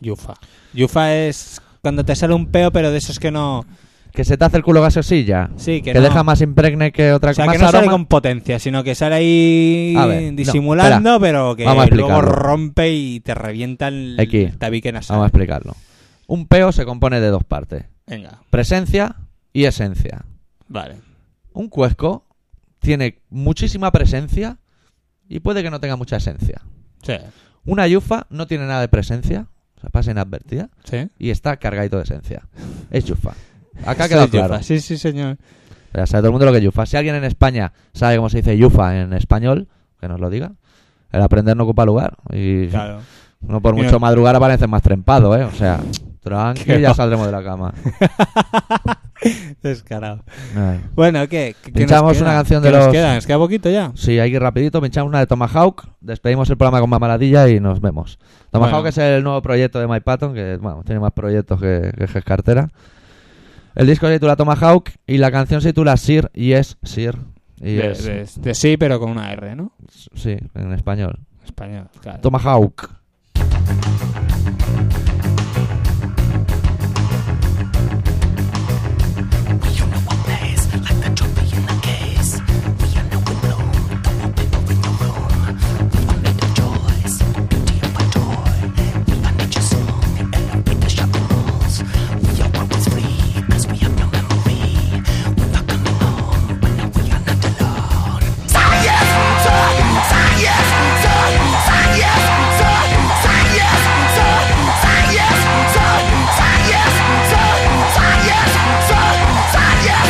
B: Yufa. Yufa es cuando te sale un peo, pero de esos que no.
A: Que se te hace el culo gasosilla.
B: Sí, que,
A: Que,
B: no.
A: deja más impregne que otra
B: o sea,
A: más
B: que no sale
A: aroma.
B: con potencia, sino que sale ahí
A: A ver, no,
B: disimulando, pero que
A: Vamos a
B: luego
A: explicarlo.
B: rompe y te revienta el,
A: Aquí.
B: el tabique nasal.
A: Vamos a explicarlo. Un peo se compone de dos partes:
B: Venga,
A: presencia y esencia.
B: vale.
A: Un cuesco tiene muchísima presencia y puede que no tenga mucha esencia.
B: Sí,
A: Una yufa no tiene nada de presencia, o sea, pasa inadvertida,
B: sí.
A: y está cargadito de esencia. Es yufa. Acá ha
B: Soy
A: quedado
B: yufa.
A: claro.
B: Sí, sí, señor.
A: Ya sabe todo el mundo lo que es yufa. Si alguien en España sabe cómo se dice yufa en español, que nos lo diga. El aprender no ocupa lugar. Y
B: Claro. [LAUGHS]
A: no por
B: Mira.
A: mucho madrugar aparecen más trempados, ¿eh? O sea, tranqui,
B: [LAUGHS] Qué
A: ya
B: va.
A: saldremos de la cama.
B: Descarado.
A: Ay.
B: Bueno, ¿qué? ¿Qué- qué nos
A: Pinchamos
B: queda?
A: una canción
B: ¿Qué
A: de
B: nos
A: los-
B: queda? ¿Nos queda poquito ya?
A: Sí, hay que ir rapidito, pinchamos una de Tomahawk, despedimos el programa con Mamaladilla y nos vemos. Tomahawk
B: Bueno.
A: es el nuevo proyecto de Mike Patton, que bueno, tiene más proyectos que, que Ges Cartera. El disco se titula Tomahawk y la canción se titula Sir y es Sir. Y
B: de,
A: es-
B: de- de sí, pero con una R, ¿no?
A: Sí, en español.
B: Español, claro.
A: Tomahawk.
F: We are no one place, like the trophy in the case. We are no one known, the more people in the room. We are made of choice, beauty of our joy. We are nature's song, elevate the shopping malls. We are always free, cause we have no memory. We are coming home, but now we are not alone. Science, science, science, science, science, science, science, science, science, science, science.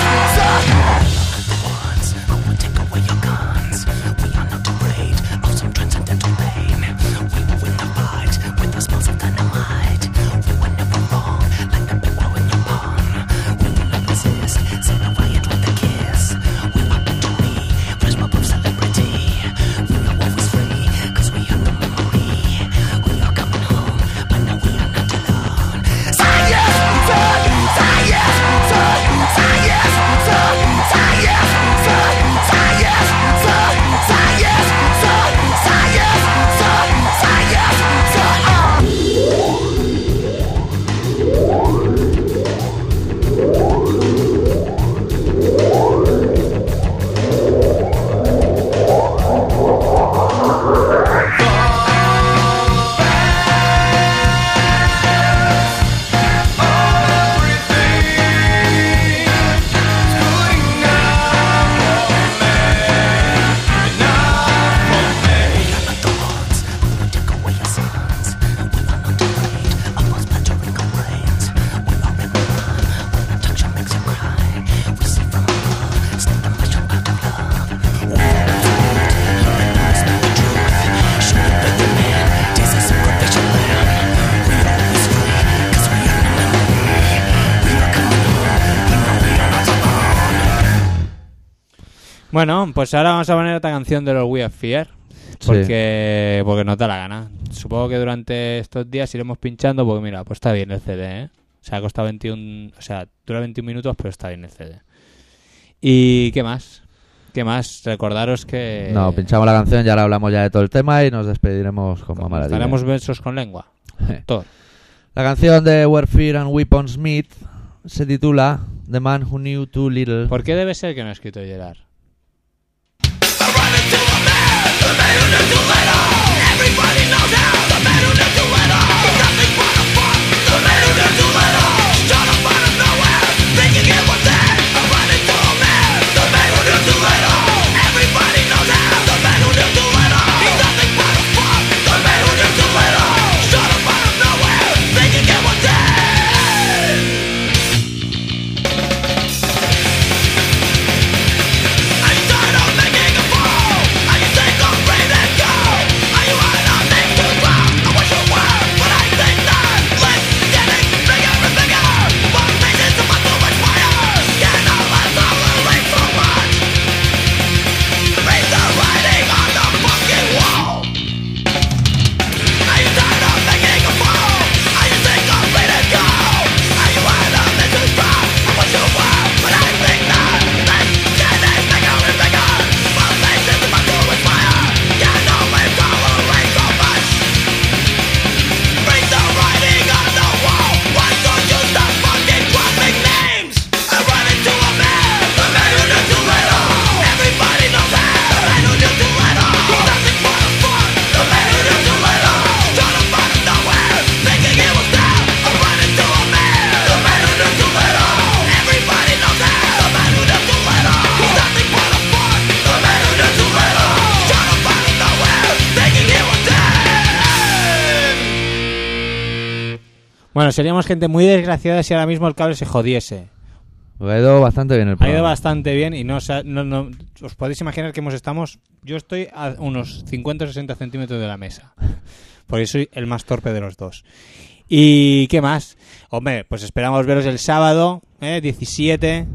F: Cause we have the memory We are coming home But now we are not alone Science!
B: Bueno, pues ahora vamos a poner otra canción de los We Are Fear. Porque, porque nos da la gana. Supongo que durante estos días iremos pinchando. Porque mira, pues está bien el CD, ¿eh? O sea, costa 21. O sea, dura 21 minutos, pero está bien el CD. ¿Y qué más? ¿Qué más? Recordaros que.
A: No, pinchamos la canción, ya la hablamos ya de todo el tema y nos despediremos con Mamaladilla.
B: Estaremos besos con lengua. Todo.
A: [LAUGHS] La canción de Where Fear and Weapons Meet se titula The Man Who Knew Too Little.
B: ¿Por qué debe ser que no ha escrito Gerard?
C: I'm tired of making a fool. I can take a breath and go.
B: Bueno, seríamos gente muy desgraciada si ahora mismo el cable se jodiese.
A: Ha ido bastante bien el
B: Ha ido
A: programa.
B: bastante bien y no, sa- no- no- os podéis imaginar que hemos estamos. Yo estoy a unos 50 o 60 centímetros de la mesa. Por eso soy el más torpe de los dos. ¿Y qué más? Hombre, pues esperamos veros el sábado, ¿eh? 17,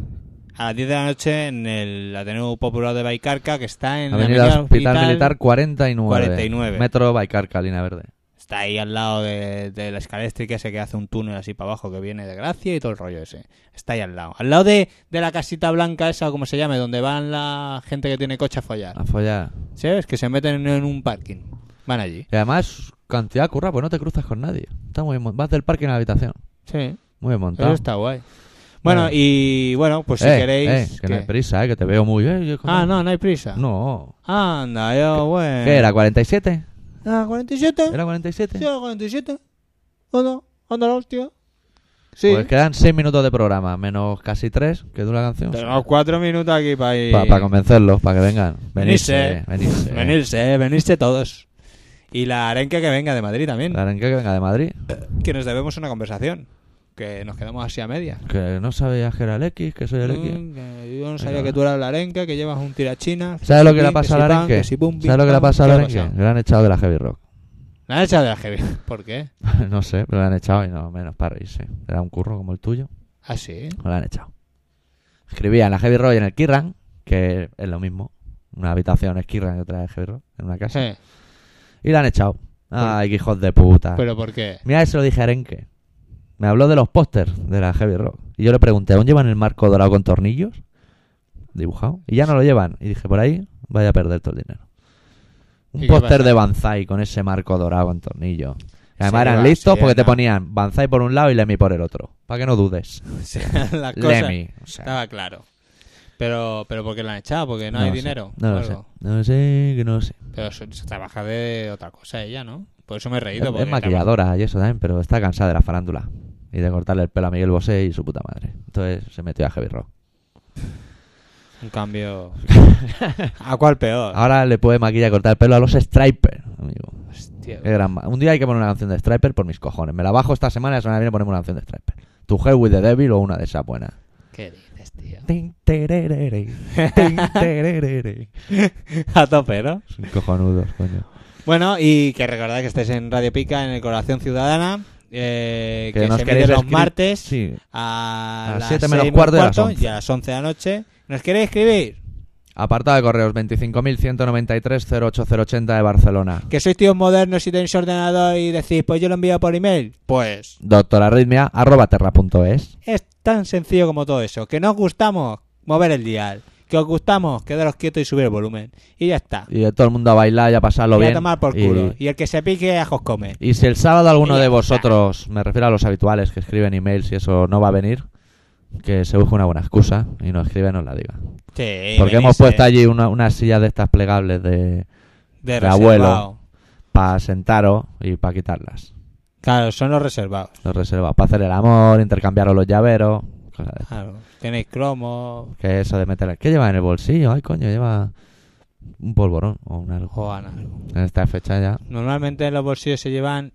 B: a las 10 de la noche, en el Ateneo Popular de Baicarca, que está en la
A: Avenida Hospital, Militar 49.
B: 49.
A: Metro Baicarca, Lina Verde.
B: Está ahí al lado de, de la escalera eléctrica ese que hace un túnel así para abajo que viene de Gracia y todo el rollo ese. Está ahí al lado. Al lado de, de la casita blanca esa, o como se llame, donde van la gente que tiene coche a follar.
A: A follar.
B: ¿Sabes? Que se meten en un parking. Van allí.
A: Y además, cantidad curra, pues no te cruzas con nadie. Está muy bien mon- Vas del parque a la habitación.
B: Sí.
A: Muy bien
B: Eso
A: montado.
B: está guay. Bueno,
A: Bueno.
B: y bueno, pues si
A: Ah. Eh,
B: queréis...
A: eh, que
B: ¿qué?
A: no hay prisa, eh, que te veo muy bien. Yo-
B: ah, no, Eh. no hay prisa.
A: No.
B: Anda, yo, bueno.
A: ¿Qué era? ¿47?
B: Ah, 47.
A: ¿Era este. 47?
B: Sí, era 47. Anda, anda la hostia. Sí.
A: Pues quedan 6 minutos de programa, menos casi 3 que dura la canción.
B: Tenemos cuatro minutos aquí para ir...
A: Para convencerlos, para que vengan.
B: Venirse,
A: Venirse, venirse.
B: venirse, venirse todos. Y la arenca que venga de Madrid también.
A: La arenque que venga de Madrid.
B: Que nos debemos una conversación. Que nos quedamos así a media.
A: Que no sabías que era el X, que soy el X.
B: Mm, que yo no sabía
A: Venga,
B: que tú eras la arenca, que llevas un tirachina.
A: ¿Sabes lo que
B: si
A: le ha
B: pim,
A: pasado
B: si
A: al
B: pam,
A: arenque?
B: que si pum,
A: ¿Sabes
B: pim,
A: lo que le ha
B: pam?
A: pasado al
B: ¿Qué
A: arenque?
B: pasado?
A: Que Le han echado de la heavy rock. [LAUGHS]
B: La han echado de la heavy. [LAUGHS] ¿Por qué?
A: no sé, pero le han echado y no, menos para reírse. Era un curro como el tuyo.
B: Ah, sí.
A: Me lo han echado. Escribía en la Heavy Rock y en el Kirran, que es lo mismo. Una habitación es Kirran y otra es Heavy Rock, en una casa.
B: Sí.
A: Y la han echado. Ay, qué hijos de puta.
B: ¿Pero por qué?
A: Mira, eso lo dije a Arenque. Me habló de los pósters de la Heavy Rock. Y yo le pregunté, ¿aún llevan el marco dorado con tornillos? Dibujado. Y ya no lo llevan. Y dije, por ahí vaya a perder todo el dinero.
B: ¿Y
A: Un
B: qué
A: póster
B: pasa?
A: de Banzai con ese marco dorado con tornillos. Y además
B: Se
A: eran
B: lleva,
A: listos
B: se
A: porque te
B: llena.
A: ponían Banzai por un lado y Lemmy por el otro. Para que no dudes.
B: O [LAUGHS] sea, la cosa
A: Lemmy. o sea.
B: estaba claro. Pero, pero ¿por qué la han echado? Porque no, hay
A: lo sé,
B: dinero.
A: No
B: o
A: lo sé.
B: algo.
A: No lo sé, que no lo sé.
B: Pero se, se trabaja de otra cosa ella, ¿no? Por eso me he
A: Es,
B: reído.
A: es
B: porque
A: maquilladora y eso también, pero está cansada de la farándula. Y de cortarle el pelo a Miguel Bosé y su puta madre. Entonces se metió a Heavy Rock.
B: Un
A: [LAUGHS]
B: cambio. ¿A cuál peor?
A: Ahora le puede maquillar y cortar el pelo a los Striper, amigo.
B: Hostia.
A: Qué gran ma- Un día hay que poner una canción de Striper por mis cojones. Me la bajo esta semana y la semana que viene ponemos una canción de Striper. Tu Hell with the Devil o una de esas buenas.
B: ¿Qué dices, tío?
A: Tin, tererere, tin,
B: [LAUGHS]
A: tererere.
B: [LAUGHS] A tope, ¿no?
A: Son cojonudos, coño.
B: Bueno, y que recordad que estáis en Radio Pica, en el Corazón Ciudadana, eh, que, se emite los
A: escri-
B: martes
A: Sí.
B: a,
A: A las
B: las
A: 7
B: seis
A: menos
B: menos
A: cuarto y a las
B: cuarto
A: 11.
B: y a las 11 de la noche. ¿Nos queréis escribir?
A: Apartado de correos 25.193.08080 de Barcelona.
B: ¿Que sois tíos modernos y tenéis ordenador y decís, pues yo lo envío por email? Pues
A: doctorarritmia arroba terra.es.
B: es tan sencillo como todo eso. Que no os gustamos, mover el dial. Que os gustamos, quedaros quietos y subir el volumen. Y ya está.
A: Y todo el mundo a bailar y a pasarlo
B: y
A: bien.
B: a tomar por
A: Y-
B: culo. Y, el que se pique, ajos come.
A: Y si el sábado alguno
B: Y ya
A: de
B: está.
A: vosotros, me refiero a los habituales que escriben emails y eso no va a venir, que se busque una buena excusa y nos escribe nos la diga.
B: Sí,
A: Porque hemos
B: venirse
A: puesto allí una, una silla de estas plegables de
B: de
A: de abuelo.
B: reservado.
A: para sentaros y para quitarlas.
B: Claro, son los reservados.
A: Los reservas para hacer el amor, intercambiaros los llaveros, cosas de
B: Claro. Tenéis cromo
A: Que eso de meter... ¿Qué lleva en el bolsillo? Ay, coño, lleva un polvorón o un algo.
B: o algo.
A: En esta fecha ya...
B: Normalmente en los bolsillos se llevan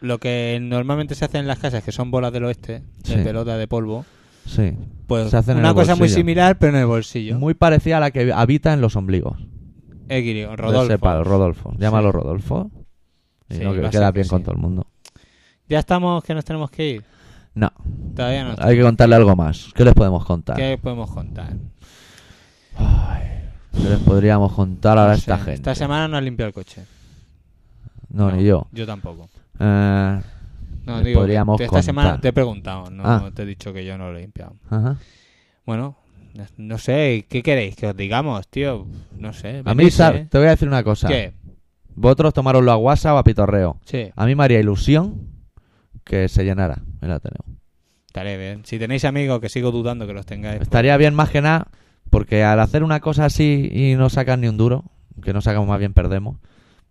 B: lo que normalmente se hace en las casas, que son bolas del oeste,
A: Sí.
B: de pelota de polvo.
A: Sí.
B: Pues
A: Se hacen en
B: una
A: el
B: cosa muy
A: bolsillo.
B: similar, pero en el bolsillo.
A: Muy parecida a la que habita en los ombligos.
B: Equilibrio,
A: De
B: Rodolfo.
A: ese palo, Rodolfo. Llámalo
B: Sí.
A: Rodolfo. Y
B: Sí,
A: no,
B: va
A: que
B: a ser
A: queda
B: que
A: bien
B: sí.
A: con todo el mundo.
B: Ya estamos, que nos tenemos que ir.
A: No,
B: Todavía no.
A: hay que contarle algo más. ¿Qué les podemos contar?
B: ¿Qué podemos contar?
A: ¿Qué les podríamos contar ahora a
B: No
A: esta
B: sé.
A: gente?
B: Esta semana no has limpiado el coche.
A: No, ni yo.
B: Yo tampoco.
A: Eh,
B: No,
A: Le
B: digo,
A: podríamos
B: esta
A: contar.
B: semana te he preguntado, no
A: Ah.
B: te he dicho que yo no lo he limpiado.
A: ajá.
B: Bueno, no- no sé, ¿qué queréis que os digamos, tío? No sé.
A: A mí,
B: venirse,
A: sab-
B: ¿eh?
A: te voy a decir una cosa.
B: ¿Qué?
A: Vosotros tomaroslo a WhatsApp o a pitorreo.
B: Sí,
A: A mí me haría ilusión que se llenara el Ateneo.
B: estaré bien. Si tenéis amigos que sigo dudando que los tengáis. pues-
A: Eh, Estaría bien más que nada porque al hacer una cosa así y no sacan ni un duro, que no sacamos más bien perdemos,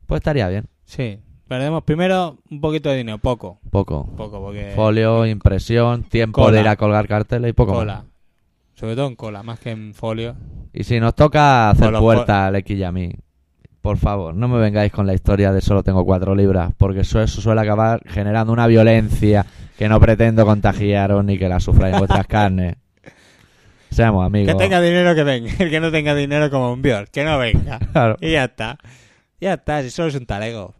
A: pues estaría bien.
B: Sí. Perdemos primero un poquito de dinero, poco,
A: Poco.
B: poco, porque
A: Folio, impresión, tiempo
B: Eh, Cola.
A: de ir a colgar carteles y poco
B: cola.
A: más.
B: Sobre todo en cola, más que en folio.
A: Y si nos toca hacer
B: Con los
A: puerta al X y a mí, por favor, no me vengáis con la historia de solo tengo cuatro libras, porque eso, eso suele acabar generando una violencia que no pretendo contagiaros ni que la sufráis en
B: [LAUGHS]
A: vuestras carnes. Seamos
B: Que
A: amigos.
B: tenga dinero que venga. [LAUGHS] El que no tenga dinero como un Björk, que no venga.
A: Claro.
B: Y ya está. Ya está, si solo es un talego.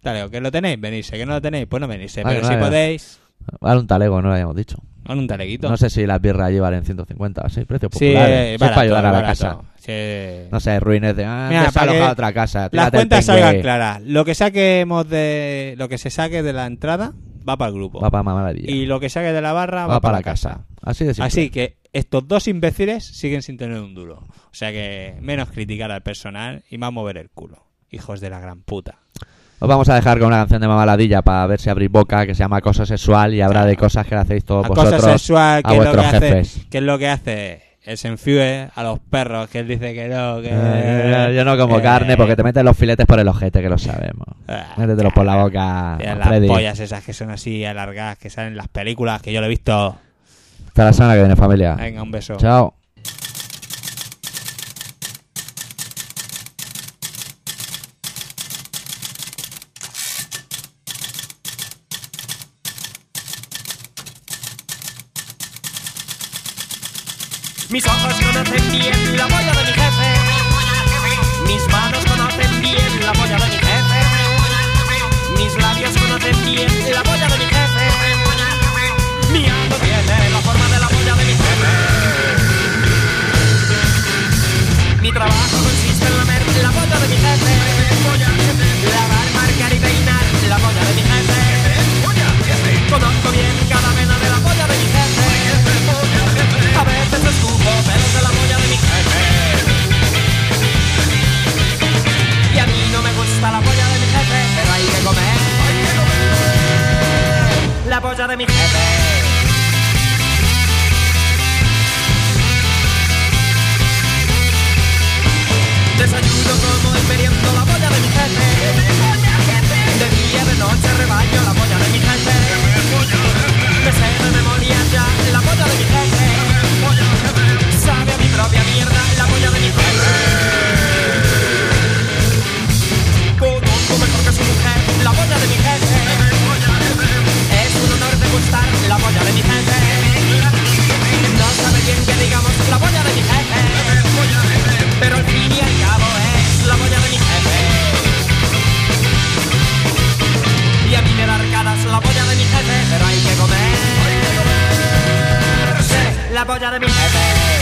B: Talego, que lo tenéis, venirse. Que no lo tenéis, pues no venirse.
A: Vale,
B: Pero si
A: vale.
B: podéis,
A: Vale, un talego, no lo habíamos dicho.
B: con un taleguito.
A: No sé si las birras allí valen 150 o así, precios
B: sí,
A: populares. Sí,
B: eh,
A: es
B: barato,
A: para ayudar a la
B: barato.
A: casa.
B: Sí.
A: No sé, ruines de. Ah,
B: Mira, para
A: desaloja
B: que
A: otra casa.
B: Las
A: tírate el
B: cuentas
A: pingüe.
B: salgan claras. Lo que saquemos de. Lo que se saque de la entrada va para el grupo.
A: Va para mamadilla.
B: y lo que saque de la barra
A: va,
B: va,
A: para la casa. Así de simple.
B: Así que estos dos imbéciles siguen sin tener un duro. O sea que menos criticar al personal y más mover el culo. Hijos de la gran puta.
A: Os vamos a dejar con una canción de mamaladilla para ver si abrís boca que se llama Acoso Sexual y habrá de cosas que le hacéis todos
B: Acoso
A: Pues vosotros
B: sexual,
A: a
B: que es, lo que,
A: vuestros
B: hace,
A: jefes.
B: que es lo que hace el Senfue a los perros, que él dice que no, que...
A: Eh, yo no como
B: eh,
A: carne porque te meten los filetes por el ojete, que lo sabemos.
B: Ah,
A: Métetelos por la boca,
B: Tienen Las
A: Freddy.
B: pollas esas que son así alargadas, que salen en las películas, que yo lo he visto.
A: Hasta la semana que viene, familia.
B: Venga, un beso.
A: Ah. Chao.
D: Mis ojos conocen bien la polla de mi jefe. Mis manos conocen bien la polla de mi jefe. Mis labios conocen bien la polla de mi jefe. Mi ano tiene la forma de la polla de mi jefe. Mi trabajo consiste en lamer la polla de mi jefe. Lavar, marcar y peinar la polla de mi jefe. Conozco bien cada vena de la polla de mi jefe. A veces escupo pelos de la polla de mi jefe. Y a mí no me gusta la polla de mi jefe, pero hay que comer. La polla de mi jefe. Desayuno como y meriendo la polla de mi jefe. De día, de noche rebaño la polla de mi jefe. Me sé de memoria ya la polla de mi jefe. Sabe a mi propia mierda la polla de mi jefe. Conozco mejor que su mujer la polla de mi jefe. Es un honor degustar la polla de mi jefe. No sabe bien que digamos la polla de mi jefe. Pero al fin y al cabo es la polla de mi jefe. Y a mí me da arcadas la polla de mi jefe, pero hay que comer. La polla de mi jefe.